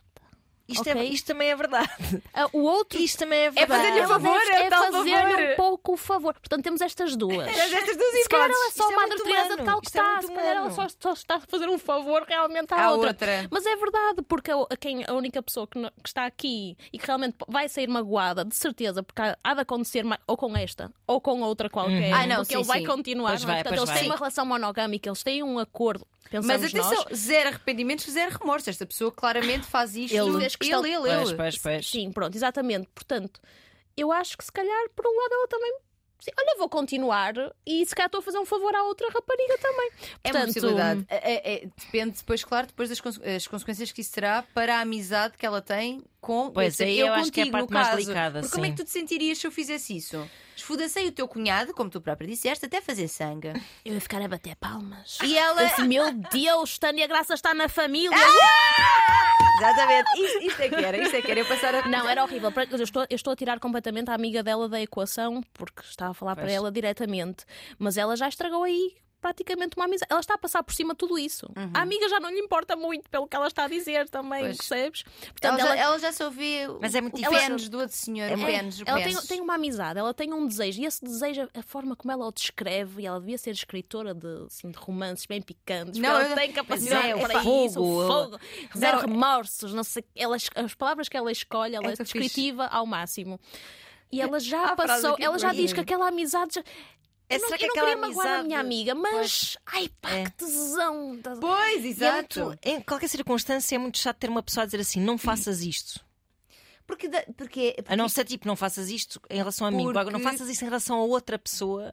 Speaker 2: Isto, é,
Speaker 3: Ok.
Speaker 2: isto também é verdade.
Speaker 3: Ah, O outro
Speaker 2: Isto também é
Speaker 1: É
Speaker 2: verdade.
Speaker 1: fazer-lhe um
Speaker 3: Ela
Speaker 1: favor,
Speaker 3: deve-
Speaker 1: é
Speaker 3: é
Speaker 1: tal
Speaker 3: fazer-lhe
Speaker 1: favor.
Speaker 3: um pouco o favor. Portanto, temos estas duas.
Speaker 1: Mas estas duas
Speaker 3: Se calhar ela é
Speaker 1: hipóteses.
Speaker 3: só
Speaker 2: Isto é
Speaker 3: uma Madre
Speaker 2: muito
Speaker 3: Teresa
Speaker 2: humano.
Speaker 3: de Calcutá,
Speaker 2: Isto é muito
Speaker 3: se calhar ela
Speaker 2: humano.
Speaker 3: só, só está a fazer um favor realmente à,
Speaker 1: À
Speaker 3: outra.
Speaker 1: outra.
Speaker 3: Mas é verdade, porque a, a quem, a única pessoa que, no- que está aqui e que realmente vai sair magoada, de certeza, porque há, há de acontecer ma- ou com esta ou com outra qualquer,
Speaker 1: Ah, não,
Speaker 3: porque
Speaker 1: sim,
Speaker 3: ele vai
Speaker 1: sim.
Speaker 3: continuar.
Speaker 2: Pois
Speaker 3: não é?
Speaker 2: vai,
Speaker 3: Portanto,
Speaker 2: pois
Speaker 3: eles
Speaker 2: vai.
Speaker 3: têm uma relação monogâmica, eles têm um acordo. Pensamos
Speaker 1: Mas atenção,
Speaker 3: nós.
Speaker 1: zero arrependimentos, zero remorsos. Esta pessoa claramente faz isto.
Speaker 3: Ele-
Speaker 1: ele, ele, ele.
Speaker 2: Pois, pois, pois.
Speaker 3: Sim, pronto, exatamente. Portanto, eu acho que se calhar, por um lado, ela também. Sim, olha, vou continuar e se calhar estou a fazer um favor à outra rapariga também.
Speaker 1: É uma
Speaker 3: Portanto,
Speaker 1: possibilidade. É- é- é- depende depois, claro, depois das conse- as consequências que isso terá para a amizade que ela tem com
Speaker 2: Pois,
Speaker 1: eu,
Speaker 2: aí
Speaker 1: eu
Speaker 2: eu acho
Speaker 1: contigo,
Speaker 2: que é a parte
Speaker 1: no
Speaker 2: mais
Speaker 1: caso.
Speaker 2: delicada,
Speaker 1: Porque como é
Speaker 2: sim.
Speaker 1: que tu te sentirias se eu fizesse isso? Esfudacei o teu cunhado, como tu própria disseste, até fazer sangue.
Speaker 3: Eu ia ficar a bater palmas.
Speaker 1: E ela.
Speaker 3: Assim, meu Deus, Tânia Graça está na família.
Speaker 1: Exatamente. Isto, isto é que era, isto é que era. Eu passar a.
Speaker 3: Não, era horrível. Para- Eu estou, eu estou a tirar completamente a amiga dela da equação, porque estava a falar para
Speaker 2: Pois.
Speaker 3: ela diretamente. Mas ela já estragou aí praticamente uma amizade. Ela está a passar por cima de tudo isso. A amiga já não lhe importa muito pelo que ela está a dizer também,
Speaker 1: Uhum. Pois.
Speaker 3: percebes? Portanto,
Speaker 1: Ela já,
Speaker 3: ela-
Speaker 1: ela já só vê
Speaker 2: Mas é muito
Speaker 1: o
Speaker 2: difícil.
Speaker 1: pênis do outro senhor. o
Speaker 3: É,
Speaker 1: pênis, o
Speaker 3: ela tem,
Speaker 1: pênis.
Speaker 3: tem uma amizade, ela tem um desejo, e esse desejo, a- a forma como ela o descreve, e ela devia ser escritora de, assim, de romances bem picantes,
Speaker 1: Não,
Speaker 3: porque ela
Speaker 1: eu-
Speaker 3: tem capacidade
Speaker 1: Mas é,
Speaker 3: para
Speaker 2: o
Speaker 3: isso,
Speaker 2: fogo,
Speaker 3: o fogo, zero
Speaker 1: Não, é-
Speaker 3: remorsos, não sei, ela es- as palavras que ela escolhe, ela é,
Speaker 1: Essa fixe.
Speaker 3: descritiva ao máximo. E ela já
Speaker 1: a frase
Speaker 3: passou,
Speaker 1: que eu
Speaker 3: ela já
Speaker 1: gosto.
Speaker 3: diz que aquela amizade. Já...
Speaker 2: É,
Speaker 3: eu não,
Speaker 2: será que
Speaker 3: eu não
Speaker 2: aquela
Speaker 3: queria magoar a minha
Speaker 2: amizade-
Speaker 3: amiga, mas. Ai pá,
Speaker 2: É.
Speaker 3: que tesão!
Speaker 1: Pois,
Speaker 2: E é
Speaker 1: exato.
Speaker 2: muito- em qualquer circunstância é muito chato ter uma pessoa a dizer assim: não faças isto.
Speaker 1: Porque, da- porque, é
Speaker 2: A
Speaker 3: Ah,
Speaker 2: não ser tipo, não faças isto em relação a mim, agora não
Speaker 1: Porque-
Speaker 2: faças isso em relação a outra pessoa.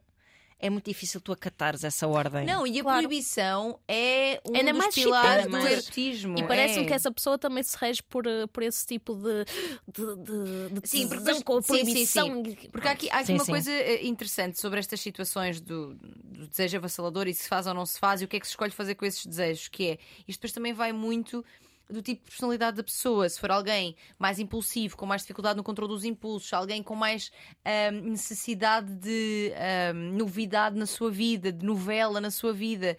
Speaker 2: É muito difícil tu acatares essa ordem.
Speaker 1: Não, e a
Speaker 3: Claro.
Speaker 1: proibição é um
Speaker 3: Ainda
Speaker 1: dos
Speaker 3: mais
Speaker 1: pilares
Speaker 2: chocante.
Speaker 1: do
Speaker 2: Ainda mais.
Speaker 1: erotismo.
Speaker 3: E parece-me
Speaker 1: é.
Speaker 3: que essa pessoa também se rege por, eh, por esse tipo de. de, de, de
Speaker 1: Sim, porque
Speaker 3: tesão com a
Speaker 1: sim, sim, sim.
Speaker 3: proibição.
Speaker 1: Porque há aqui, há aqui
Speaker 2: Sim,
Speaker 1: uma
Speaker 2: sim.
Speaker 1: coisa eh, interessante sobre estas situações do, do desejo avassalador e se faz ou não se faz e o que é que se escolhe fazer com esses desejos, que é isto depois também vai muito do tipo de personalidade da pessoa. Se for alguém mais impulsivo, com mais dificuldade no controle dos impulsos, alguém com mais ahm, necessidade de ahm, novidade na sua vida, de novela na sua vida,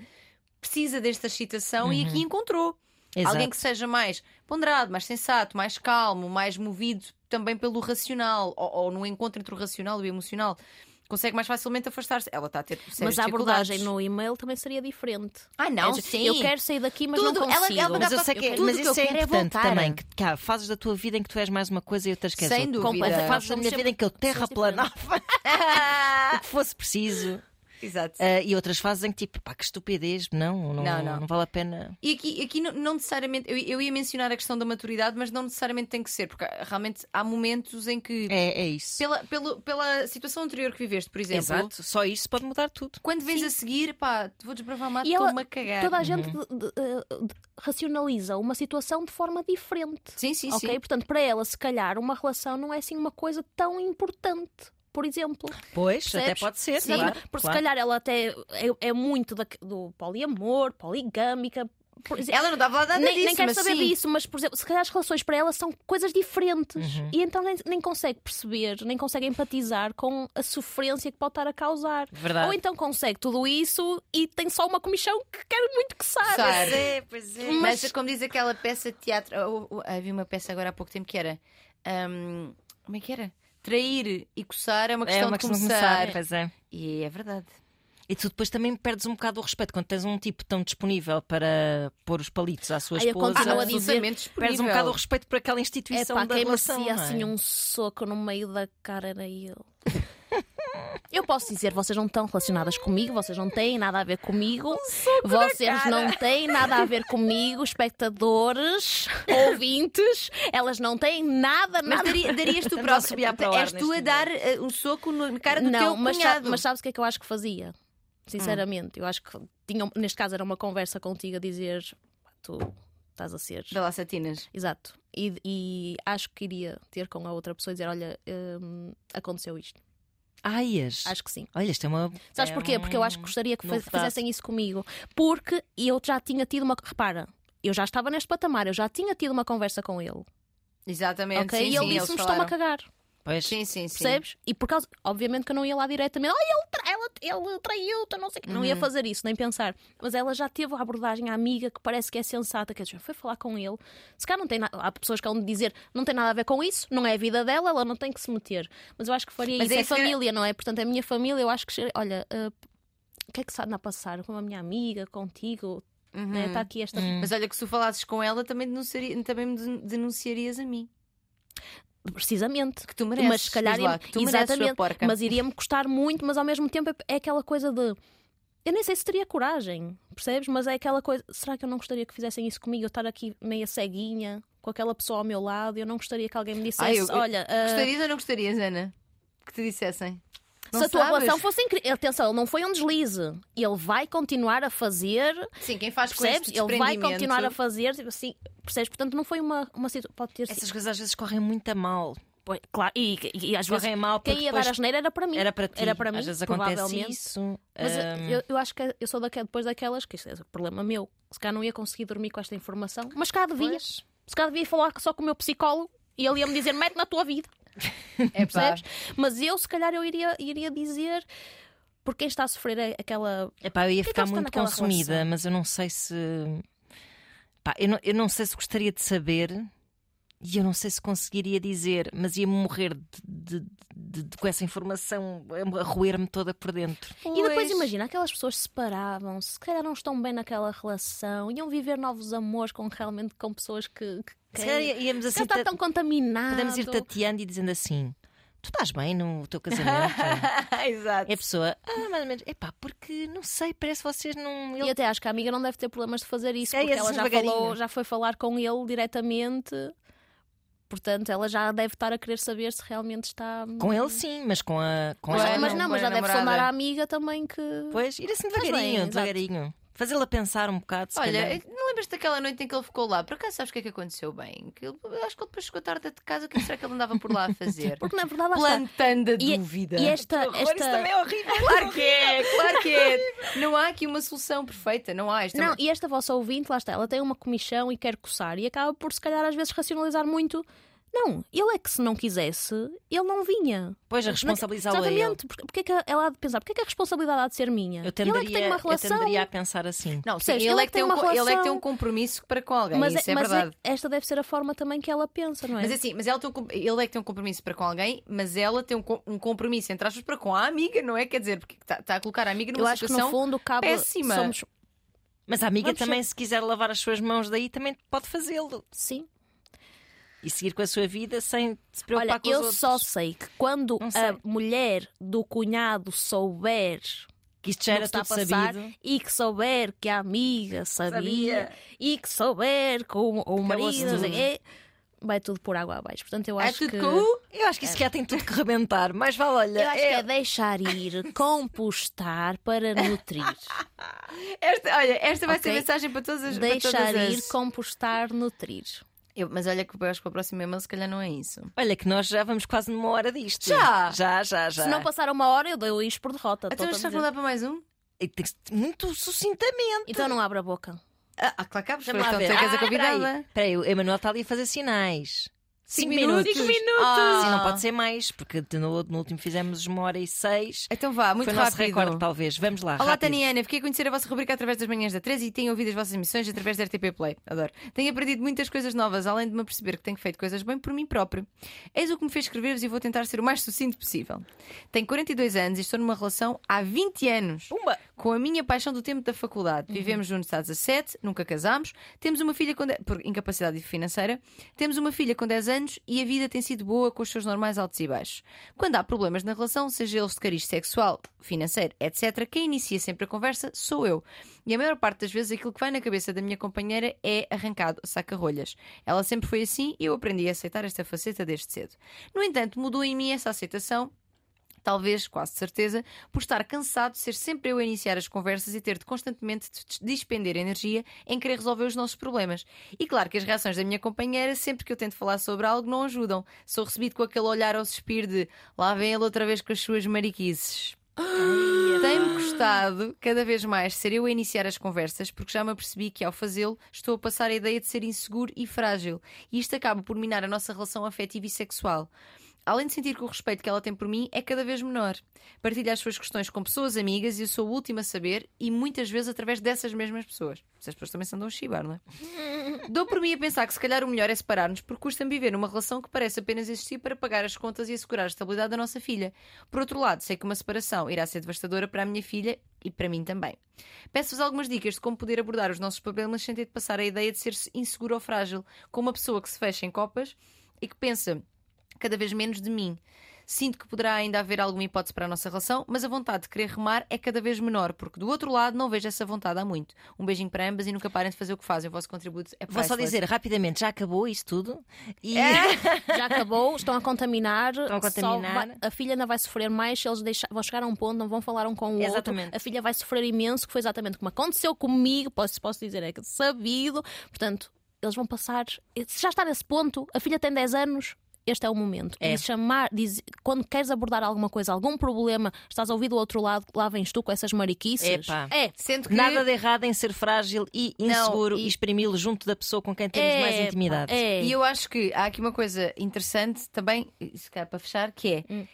Speaker 1: precisa desta excitação e
Speaker 2: Uhum.
Speaker 1: aqui encontrou.
Speaker 2: Exato.
Speaker 1: Alguém que seja mais ponderado, mais sensato, mais calmo, mais movido também pelo racional, ou, ou no encontro entre o racional e o emocional. consegue mais facilmente afastar-se. Ela está a ter sérias
Speaker 3: Mas a abordagem
Speaker 1: dificuldades.
Speaker 3: no e-mail também seria diferente.
Speaker 1: Ah, não,
Speaker 3: É dizer,
Speaker 1: sim.
Speaker 3: Eu quero sair daqui, mas
Speaker 1: Tudo,
Speaker 3: não
Speaker 1: ela-
Speaker 3: consigo.
Speaker 1: ela-
Speaker 2: Mas eu sei
Speaker 1: Eu
Speaker 2: que,
Speaker 1: quero-
Speaker 2: mas
Speaker 1: tudo que eu
Speaker 2: isso é
Speaker 1: quero é
Speaker 2: importante
Speaker 1: voltar.
Speaker 2: também. Que, que há fases da tua vida em que tu és mais uma coisa e outras que és
Speaker 1: Sem
Speaker 2: outra.
Speaker 1: dúvida.
Speaker 2: Completa- Fases da
Speaker 3: Somos
Speaker 2: minha vida
Speaker 3: sempre
Speaker 2: em que eu
Speaker 3: pessoas diferentes.
Speaker 2: terraplanava o que fosse preciso.
Speaker 1: Exato.
Speaker 2: Ah, e outras fases em que tipo, pá, que estupidez, não, não,
Speaker 1: Não,
Speaker 2: não,
Speaker 1: não.
Speaker 2: vale a pena.
Speaker 1: E aqui, aqui não, não necessariamente, eu, eu ia mencionar a questão da maturidade, mas não necessariamente tem que ser, porque ah, realmente há momentos em que,
Speaker 2: É, é isso.
Speaker 1: pela, pelo, pela situação anterior que viveste, por exemplo,
Speaker 2: Exato, só isso pode mudar tudo.
Speaker 1: quando vens a seguir, pá, te vou desbravar mato,
Speaker 3: E ela-
Speaker 1: estou-me a cagar.
Speaker 3: Toda a gente de- eh, de- de- racionaliza uma situação de forma diferente.
Speaker 1: Sim, sim,
Speaker 3: ok?
Speaker 1: sim.
Speaker 3: Portanto, para ela, se calhar, uma relação não é assim uma coisa tão importante. Por exemplo,
Speaker 2: Pois, até
Speaker 3: Percebes?
Speaker 2: pode ser,
Speaker 3: Sim,
Speaker 2: claro,
Speaker 3: porque
Speaker 2: claro.
Speaker 3: se calhar ela até é, é muito da- do poliamor, poligâmica. Por exemplo,
Speaker 1: Ela não estava a dar nada
Speaker 3: é- nem,
Speaker 1: disso,
Speaker 3: nem quero
Speaker 1: mas
Speaker 3: saber
Speaker 1: sim.
Speaker 3: disso, mas por exemplo, se calhar as relações para ela são coisas diferentes e então nem, nem consegue perceber, nem consegue empatizar com a sofrência que pode estar a causar.
Speaker 2: Verdade.
Speaker 3: Ou então consegue tudo isso e tem só uma comissão que quer muito que saia.
Speaker 1: Saia.
Speaker 2: Pois é, pois é.
Speaker 1: Ah, Mas, como diz aquela peça de teatro, ou- ou- havia uma peça agora há pouco tempo que era. hum, como é que era? Trair e coçar é uma questão,
Speaker 2: é uma questão
Speaker 1: de
Speaker 2: de
Speaker 1: começar.
Speaker 2: pois é.
Speaker 1: E é verdade.
Speaker 2: E tu depois também perdes um bocado o respeito quando tens um tipo tão disponível para pôr os palitos à sua
Speaker 3: Ai, eu
Speaker 2: esposa.
Speaker 3: continuo a
Speaker 2: tu
Speaker 3: dizer-
Speaker 2: Ah, Perdes um bocado o respeito por aquela
Speaker 3: É
Speaker 2: instituição
Speaker 3: pá,
Speaker 2: da
Speaker 3: quem
Speaker 2: relação.
Speaker 3: merecia
Speaker 2: não é?
Speaker 3: assim um soco no meio da cara era eu. Eu posso dizer, vocês não estão relacionadas comigo, vocês não têm nada a ver comigo. vocês não têm nada a ver comigo, espectadores, ouvintes, elas não é têm nada,
Speaker 1: Mas
Speaker 3: nada.
Speaker 1: daria- darias tu
Speaker 2: Estamos a
Speaker 1: próprio.
Speaker 2: subir para o ar
Speaker 1: És tu a
Speaker 2: neste
Speaker 1: dar eh, um soco no- na cara do teu
Speaker 3: não, mas, sa-
Speaker 1: cunhado.
Speaker 3: mas sabes o que é que eu acho que fazia? Sinceramente, eu acho que tinha, neste caso era uma conversa contigo a dizer "Pá, tu estás a ser
Speaker 1: Vê lá, Satinas.
Speaker 3: Exato. E, e acho que iria ter com a outra pessoa e dizer: olha, hum, aconteceu isto.
Speaker 2: Aias.
Speaker 3: Acho que sim.
Speaker 2: Olha, isto é uma.
Speaker 3: Sabes
Speaker 2: é
Speaker 3: porquê? Porque eu acho que
Speaker 2: um-
Speaker 3: gostaria que fa-
Speaker 2: novidade.
Speaker 3: fizessem isso comigo. Porque eu já tinha tido uma. Repara, eu já estava neste patamar, eu já tinha tido uma conversa com ele.
Speaker 1: Exatamente.
Speaker 3: ok?
Speaker 1: sim,
Speaker 3: e
Speaker 1: sim,
Speaker 3: ele
Speaker 1: eles
Speaker 3: disse-me:
Speaker 1: falaram.
Speaker 3: estou-me a cagar.
Speaker 2: Pois,
Speaker 1: Sim, sim, sim.
Speaker 3: Percebes? E por causa. Obviamente que eu não ia lá diretamente. Ai, ele, tra- ela- ele traiu-te, não sei o quê.
Speaker 1: Uhum.
Speaker 3: Não ia fazer isso, nem pensar. Mas ela já teve a abordagem à amiga que parece que é sensata, que é, foi falar com ele. Se calhar não tem nada. Há pessoas que vão dizer não tem nada a ver com isso, não é a vida dela, ela não tem que se meter. Mas eu acho que faria
Speaker 1: Mas
Speaker 3: isso.
Speaker 1: é
Speaker 3: É,
Speaker 1: isso que-
Speaker 3: família, não é? Portanto, é a minha família, eu acho que. chega- Olha. ah, o que é que se anda a passar com a minha amiga, contigo?
Speaker 1: Uhum.
Speaker 3: né? Está aqui esta.
Speaker 2: Hum.
Speaker 1: Mas olha que se tu falasses com ela, também, denunciaria, também me denun- denunciarias a mim.
Speaker 3: Precisamente.
Speaker 1: Que tu mereces.
Speaker 3: mas se calhar.
Speaker 1: diz lá, que tu mereces, sua
Speaker 3: exatamente.
Speaker 1: porca.
Speaker 3: Mas iria-me custar muito, mas ao mesmo tempo é- é aquela coisa de. Eu nem sei se teria coragem, percebes? Mas é aquela coisa. Será que eu não gostaria que fizessem isso comigo? Eu estar aqui meia ceguinha, com aquela pessoa ao meu lado, eu não gostaria que alguém me dissesse:
Speaker 1: Ai, eu- eu-
Speaker 3: olha, ah,
Speaker 1: Gostarias ou não gostarias, Ana? Que te dissessem? Não
Speaker 3: se a tua
Speaker 1: sabes?
Speaker 3: relação fosse incrível. Atenção, ele não foi um deslize. Ele vai continuar a fazer,
Speaker 1: Sim, quem faz com
Speaker 3: percebes?
Speaker 1: este
Speaker 3: Ele vai
Speaker 1: desprendimento-
Speaker 3: continuar a fazer, tipo assim, percebes? Portanto, não foi uma, uma situação. Pode ter
Speaker 2: essas
Speaker 3: sido.
Speaker 2: coisas às vezes correm muito a mal.
Speaker 3: Pois, Claro, e, e- e às vezes.
Speaker 2: Correm mal porque
Speaker 3: Quem ia
Speaker 2: depois
Speaker 3: dar a geneira era para mim.
Speaker 2: era para ti.
Speaker 3: Era para mim,
Speaker 2: às vezes acontece
Speaker 3: provavelmente.
Speaker 2: isso. Eh,
Speaker 3: Mas eu-
Speaker 2: ahm,
Speaker 3: eu, eu acho que é, eu sou daquela, depois daquelas que isso é problema meu. Se cá não ia conseguir dormir com esta informação, mas cá devia.
Speaker 2: pois.
Speaker 3: Se cá devia falar só com o meu psicólogo e ele ia me dizer: mete na tua vida,
Speaker 1: É pá.
Speaker 3: percebes? Mas eu, se calhar, eu iria, iria dizer. Porque quem está a sofrer é aquela.
Speaker 2: Epá, eu ia
Speaker 3: que é que
Speaker 2: ficar
Speaker 3: eles estão
Speaker 2: muito
Speaker 3: naquela
Speaker 2: consumida,
Speaker 3: relação?
Speaker 2: mas eu não sei se. Pá, eu, não, eu não sei se gostaria de saber e eu não sei se conseguiria dizer, mas ia morrer de- de- de- de- com essa informação a roer-me toda por dentro.
Speaker 3: E depois
Speaker 1: Pois.
Speaker 3: imagina, aquelas pessoas separavam-se, se calhar não estão bem naquela relação, iam viver novos amores com realmente com pessoas que. que
Speaker 2: Se
Speaker 3: querem.
Speaker 2: calhar ia- íamos
Speaker 3: Se
Speaker 2: assim.
Speaker 3: calhar está
Speaker 2: ta-
Speaker 3: tão contaminado.
Speaker 2: Podemos ir tateando e dizendo assim: Tu estás bem no teu casamento?
Speaker 1: Exato.
Speaker 2: e
Speaker 3: É
Speaker 2: a pessoa, ah, mais ou menos, epá, porque não sei, parece que vocês não.
Speaker 3: E
Speaker 2: ele-
Speaker 3: até acho que a amiga não deve ter problemas de fazer isso,
Speaker 2: É,
Speaker 3: porque
Speaker 2: esse
Speaker 3: ela já,
Speaker 2: devagarinho.
Speaker 3: falou, já foi falar com ele diretamente. Portanto, ela já deve estar a querer saber se realmente está.
Speaker 2: Com ele sim, mas com a. Com
Speaker 3: Mas,
Speaker 1: Boa,
Speaker 2: ela
Speaker 3: mas
Speaker 1: não,
Speaker 3: não,
Speaker 1: boa
Speaker 3: mas já deve
Speaker 1: namorada.
Speaker 3: sondar a amiga também que.
Speaker 2: Pois, ir assim
Speaker 3: Faz bem,
Speaker 2: devagarinho,
Speaker 3: exato.
Speaker 2: devagarinho. Fazê-la pensar um bocado, se calhar.
Speaker 1: Olha, não lembras daquela noite em que ele ficou lá? Por acaso sabes o que é que aconteceu bem? Que ele- eu acho que ele depois chegou tarde de casa, o que será que ele andava por lá a fazer?
Speaker 3: Porque na verdade lá está.
Speaker 1: Plantando a
Speaker 3: E- é-
Speaker 1: dúvida.
Speaker 3: E esta.
Speaker 2: Horror, isso
Speaker 3: esta...
Speaker 2: também é horrível.
Speaker 1: Claro que é, claro que é. Não há aqui uma solução perfeita, não há. Isto é
Speaker 3: Não,
Speaker 1: uma-
Speaker 3: e esta vossa ouvinte, lá está, ela tem uma comichão e quer coçar e acaba por se calhar às vezes racionalizar muito. Não, ele é que se não quisesse, ele não vinha.
Speaker 2: Pois a responsabilizá-lo a ele.
Speaker 3: Exatamente, porque, porque é que ela há de pensar? Porque é que a responsabilidade há de ser minha?
Speaker 2: Eu
Speaker 3: ele é que tem
Speaker 2: tenderia,
Speaker 3: uma
Speaker 2: eu
Speaker 3: relação.
Speaker 2: tenderia a pensar assim.
Speaker 1: Não, sim,
Speaker 3: Percebes?
Speaker 1: ele, é que tem um,
Speaker 3: uma
Speaker 1: co- ele é que tem
Speaker 3: relação.
Speaker 1: um compromisso para com alguém,
Speaker 3: mas
Speaker 1: isso é,
Speaker 3: mas
Speaker 1: verdade.
Speaker 3: esta deve ser a forma também que ela pensa, não é?
Speaker 1: Mas assim, mas ela tem um com- ele é que tem um compromisso para com alguém, mas ela tem um, co- um compromisso, entre aspas, para com a amiga, não é? Quer dizer, porque está a colocar a amiga numa
Speaker 3: eu acho que no
Speaker 1: é situação.
Speaker 3: fundo cabe
Speaker 1: péssima.
Speaker 3: somos
Speaker 2: Mas a amiga
Speaker 3: Vamos
Speaker 2: também, se quiser lavar as suas mãos daí, também pode fazê-lo.
Speaker 3: sim.
Speaker 2: E seguir com a sua vida sem se preocupar
Speaker 3: Olha,
Speaker 2: com os
Speaker 3: eu
Speaker 2: outros.
Speaker 3: só sei que quando
Speaker 2: Não sei.
Speaker 3: a mulher do cunhado souber
Speaker 2: Que isto já
Speaker 3: do
Speaker 2: era
Speaker 3: que está a
Speaker 2: tudo
Speaker 3: passar
Speaker 2: sabido.
Speaker 3: e que souber que a amiga sabia, e que souber que o, o marido
Speaker 2: tudo.
Speaker 3: é, vai tudo por água abaixo. Portanto, eu
Speaker 1: É
Speaker 3: acho
Speaker 1: tudo
Speaker 3: que
Speaker 1: com-
Speaker 2: Eu acho que isso já tem tudo que rebentar. Mas vá, olha.
Speaker 3: eu acho que
Speaker 2: é-
Speaker 3: é deixar ir, compostar para nutrir.
Speaker 1: Esta, olha, esta vai ser a
Speaker 3: Ok.
Speaker 1: mensagem para todas as para todas
Speaker 3: deixar ir,
Speaker 1: as-
Speaker 3: compostar, nutrir.
Speaker 1: Eu- mas olha que eu acho que para o próximo e-mail se calhar não é isso.
Speaker 2: Olha, que nós já vamos quase numa hora disto.
Speaker 1: Já?
Speaker 2: Já, já, já.
Speaker 3: Se não passar uma hora, eu dou isto por derrota.
Speaker 1: Então
Speaker 3: estou-te
Speaker 1: mas
Speaker 3: a
Speaker 1: só
Speaker 3: dizer.
Speaker 1: falar para mais um?
Speaker 2: E tem que se- Muito sucintamente.
Speaker 3: Então não abra a boca.
Speaker 1: Ah, ah, claro que há,
Speaker 2: Vamos
Speaker 1: então
Speaker 2: lá ver.
Speaker 1: tu é que és a
Speaker 2: Ah,
Speaker 1: convidada.
Speaker 2: peraí. Peraí, o Emanuel está ali a fazer sinais.
Speaker 1: Cinco
Speaker 2: Cinco
Speaker 1: minutos. Cinco minutos. Ah.
Speaker 2: Sim, não pode ser mais, porque de no, no último fizemos uma hora e seis.
Speaker 1: Então vá, muito
Speaker 2: Foi o nosso
Speaker 1: rápido.
Speaker 2: recorde, talvez. Vamos lá.
Speaker 1: Olá,
Speaker 2: rápido.
Speaker 1: Taniana. Fiquei a conhecer a vossa rubrica através das manhãs da 13 e tenho ouvido as vossas emissões através da RTP Play. Adoro. Tenho aprendido muitas coisas novas, além de me perceber que tenho feito coisas bem por mim próprio. Eis o que me fez escrever-vos e vou tentar ser o mais sucinto possível. Tenho 42 anos e estou numa relação há 20 anos.
Speaker 2: Pumba!
Speaker 1: Com a minha paixão do tempo da faculdade. Vivemos juntos há 17, nunca casámos, temos uma filha com de- por incapacidade financeira, temos uma filha com 10 anos e a vida tem sido boa com os seus normais altos e baixos. Quando há problemas na relação, seja eles de cariz sexual, financeiro, etc., quem inicia sempre a conversa sou eu. E a maior parte das vezes aquilo que vai na cabeça da minha companheira é arrancado, saca-rolhas. Ela sempre foi assim e eu aprendi a aceitar esta faceta desde cedo. No entanto, mudou em mim essa aceitação talvez, quase certeza, por estar cansado de ser sempre eu a iniciar as conversas e ter de constantemente de- de despender energia em querer resolver os nossos problemas. E claro que as reações da minha companheira, sempre que eu tento falar sobre algo, não ajudam. Sou recebido com aquele olhar ao suspiro de lá vem ele outra vez com as suas mariquices. Tem-me custado cada vez mais ser eu a iniciar as conversas, porque já me apercebi que ao fazê-lo estou a passar a ideia de ser inseguro e frágil, e isto acaba por minar a nossa relação afetiva e sexual. Além de sentir que o respeito que ela tem por mim é cada vez menor. Partilha as suas questões com pessoas amigas e eu sou a última a saber, e muitas vezes através dessas mesmas pessoas. Essas pessoas também se andam a chibar, não é? Dou por mim a pensar que se calhar o melhor é separar-nos porque custa-me viver numa relação que parece apenas existir para pagar as contas e assegurar a estabilidade da nossa filha. Por outro lado, sei que uma separação irá ser devastadora para a minha filha e para mim também. Peço-vos algumas dicas de como poder abordar os nossos problemas sem ter de passar a ideia de ser inseguro ou frágil, com uma pessoa que se fecha em copas e que pensa cada vez menos de mim. Sinto que poderá ainda haver alguma hipótese para a nossa relação, mas a vontade de querer remar é cada vez menor, porque do outro lado não vejo essa vontade há muito. Um beijinho para ambas e nunca parem de fazer o que fazem. O vosso contributo é
Speaker 2: Vou só
Speaker 1: priceless.
Speaker 2: dizer rapidamente, já acabou isso tudo. E
Speaker 1: É.
Speaker 3: Já acabou, estão a contaminar.
Speaker 2: a contaminar.
Speaker 3: só vai- a filha ainda vai sofrer mais se eles deixa- vão chegar a um ponto, não vão falar um com o
Speaker 2: Exatamente.
Speaker 3: outro. A filha vai sofrer imenso, que foi exatamente como aconteceu comigo, posso, posso dizer, é que sabido. Portanto, eles vão passar. Se já está nesse ponto, a filha tem 10 anos. Este é o momento.
Speaker 2: É.
Speaker 3: E chamar, diz- quando queres abordar alguma coisa, algum problema, estás a ouvir do outro lado, lá vens tu com essas mariquices.
Speaker 2: Epá.
Speaker 3: É,
Speaker 1: Sendo que
Speaker 2: nada de errado em ser frágil e inseguro e, exprimi-lo junto da pessoa com quem temos
Speaker 3: é,
Speaker 2: mais intimidade.
Speaker 3: É.
Speaker 1: E eu acho que há aqui uma coisa interessante também, se calhar para fechar, que é.
Speaker 3: Hum.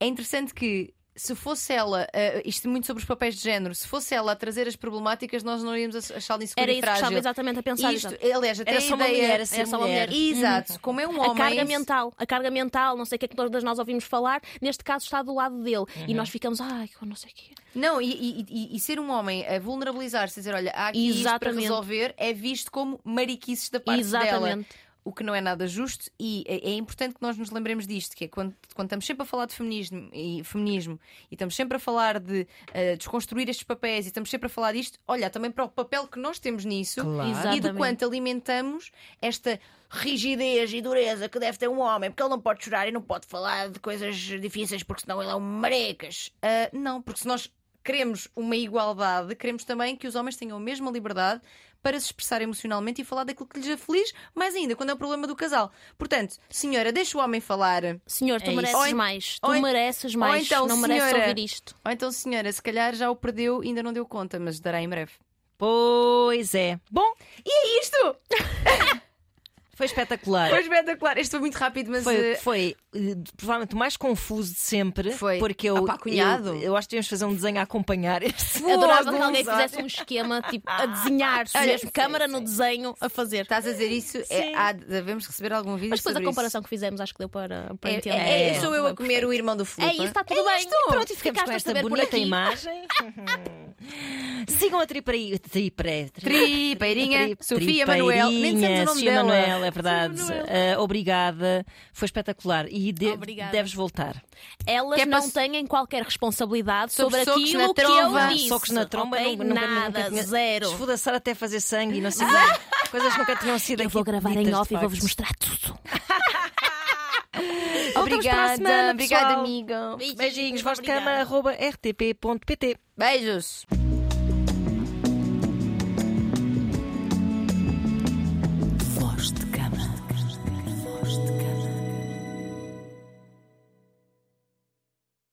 Speaker 1: É interessante que. Se fosse ela, eh, isto muito sobre os papéis de género, se fosse ela a trazer as problemáticas, nós não íamos achá-lo inseguro
Speaker 3: Era
Speaker 1: e
Speaker 3: isso que
Speaker 1: frágil.
Speaker 3: estava exatamente a pensar.
Speaker 1: Isto,
Speaker 3: exato.
Speaker 1: aliás, até
Speaker 2: Era
Speaker 1: a
Speaker 2: só uma
Speaker 1: ideia-
Speaker 2: mulher a ser
Speaker 1: era só uma
Speaker 2: mulher.
Speaker 1: Exato. Como é um homem.
Speaker 3: assim, Uhum. A carga
Speaker 1: isso-
Speaker 3: mental, a carga mental, não sei o que é que todas nós ouvimos falar, neste caso está do lado dele.
Speaker 1: Uhum.
Speaker 3: E nós ficamos, ai, eu não sei o que.
Speaker 1: Não, e, e- e- e ser um homem a vulnerabilizar-se, a dizer, olha, há aqui isto para
Speaker 3: Exatamente.
Speaker 1: resolver, é visto como mariquices da parte dela.
Speaker 3: Exatamente.
Speaker 1: O que não é nada justo, e é é importante que nós nos lembremos disto: que é quando, quando estamos sempre a falar de feminismo e, feminismo, e estamos sempre a falar de eh, desconstruir estes papéis, e estamos sempre a falar disto, olhar também para o papel que nós temos nisso
Speaker 2: Claro.
Speaker 1: e do
Speaker 3: Exatamente.
Speaker 1: quanto alimentamos esta rigidez e dureza que deve ter um homem, porque ele não pode chorar e não pode falar de coisas difíceis, porque senão ele é um marecas. Ah, não, porque se nós queremos uma igualdade, queremos também que os homens tenham a mesma liberdade para se expressar emocionalmente e falar daquilo que lhes aflige, mais ainda quando é o problema do casal. Portanto, senhora, deixa o homem falar.
Speaker 3: Senhor, tu
Speaker 2: É isso.
Speaker 3: mereces
Speaker 1: Ou en-
Speaker 3: mais.
Speaker 1: ou
Speaker 3: Tu
Speaker 1: en-
Speaker 3: mereces
Speaker 1: ou
Speaker 3: mais.
Speaker 1: então,
Speaker 3: não mereces
Speaker 1: senhora-
Speaker 3: ouvir isto.
Speaker 1: Ou então, senhora, se calhar já o perdeu e ainda não deu conta, mas dará em breve.
Speaker 2: Pois é. Bom,
Speaker 1: E é isto!
Speaker 2: Foi espetacular.
Speaker 1: Foi espetacular. Este foi muito rápido, mas.
Speaker 2: Foi,
Speaker 1: eh,
Speaker 2: foi, eh, provavelmente o mais confuso de sempre.
Speaker 1: Foi.
Speaker 2: Porque eu,
Speaker 1: Ah pá, cunhado.
Speaker 2: eu, eu acho que devíamos fazer um desenho a acompanhar este.
Speaker 3: Adorava
Speaker 1: Fogo,
Speaker 3: que alguém
Speaker 1: Gonçalo.
Speaker 3: fizesse um esquema, tipo, a desenhar-se
Speaker 1: Olha,
Speaker 3: mesmo,
Speaker 1: sim,
Speaker 3: câmara no desenho a fazer.
Speaker 1: Estás a dizer isso? É,
Speaker 2: Sim.
Speaker 1: há- devemos receber algum vídeo.
Speaker 3: Mas depois a
Speaker 1: sobre isso.
Speaker 3: comparação que fizemos, acho que deu para, para
Speaker 1: É,
Speaker 3: entender.
Speaker 1: é- é-
Speaker 2: É.
Speaker 1: sou eu a comer o irmão do
Speaker 3: É
Speaker 1: Filipe.
Speaker 3: isso, está tudo bem.
Speaker 1: isto.
Speaker 2: Pronto, e ficamos
Speaker 3: Ficaste
Speaker 2: com
Speaker 3: a
Speaker 2: esta
Speaker 3: saber por
Speaker 2: bonita
Speaker 3: aqui.
Speaker 2: imagem. Sigam a Triperi. Triperi.
Speaker 1: Tri, Peirinha, Sofia Manuel. Nem dissemos o nome
Speaker 2: Sofia
Speaker 1: dela.
Speaker 2: Manuel, é verdade.
Speaker 3: Sofia
Speaker 2: Ah, obrigada. Foi espetacular. E de-
Speaker 3: Obrigada.
Speaker 2: deves voltar.
Speaker 3: Elas
Speaker 1: Que é
Speaker 3: não
Speaker 1: para-
Speaker 3: têm qualquer responsabilidade
Speaker 1: Sobre
Speaker 3: sobre,
Speaker 1: socos na
Speaker 3: aquilo que
Speaker 1: tromba.
Speaker 3: eu disse.
Speaker 2: Socos na tromba,
Speaker 3: Ah, ok?
Speaker 2: nunca, nunca,
Speaker 3: nada,
Speaker 2: nunca tinha-
Speaker 3: zero.
Speaker 2: Esfudaçar até fazer sangue e não sei Coisas que nunca tinham sido
Speaker 3: Eu
Speaker 2: aqui
Speaker 3: vou gravar
Speaker 2: ditas,
Speaker 3: em
Speaker 2: de
Speaker 3: off e
Speaker 2: facto.
Speaker 3: vou-vos mostrar tudo.
Speaker 2: Voltamos para a
Speaker 1: Obrigada,
Speaker 2: semana,
Speaker 1: obrigada,
Speaker 2: pessoal.
Speaker 1: amiga.
Speaker 2: Beijinhos, voz de cama, arroba rtp.pt.
Speaker 1: Beijos.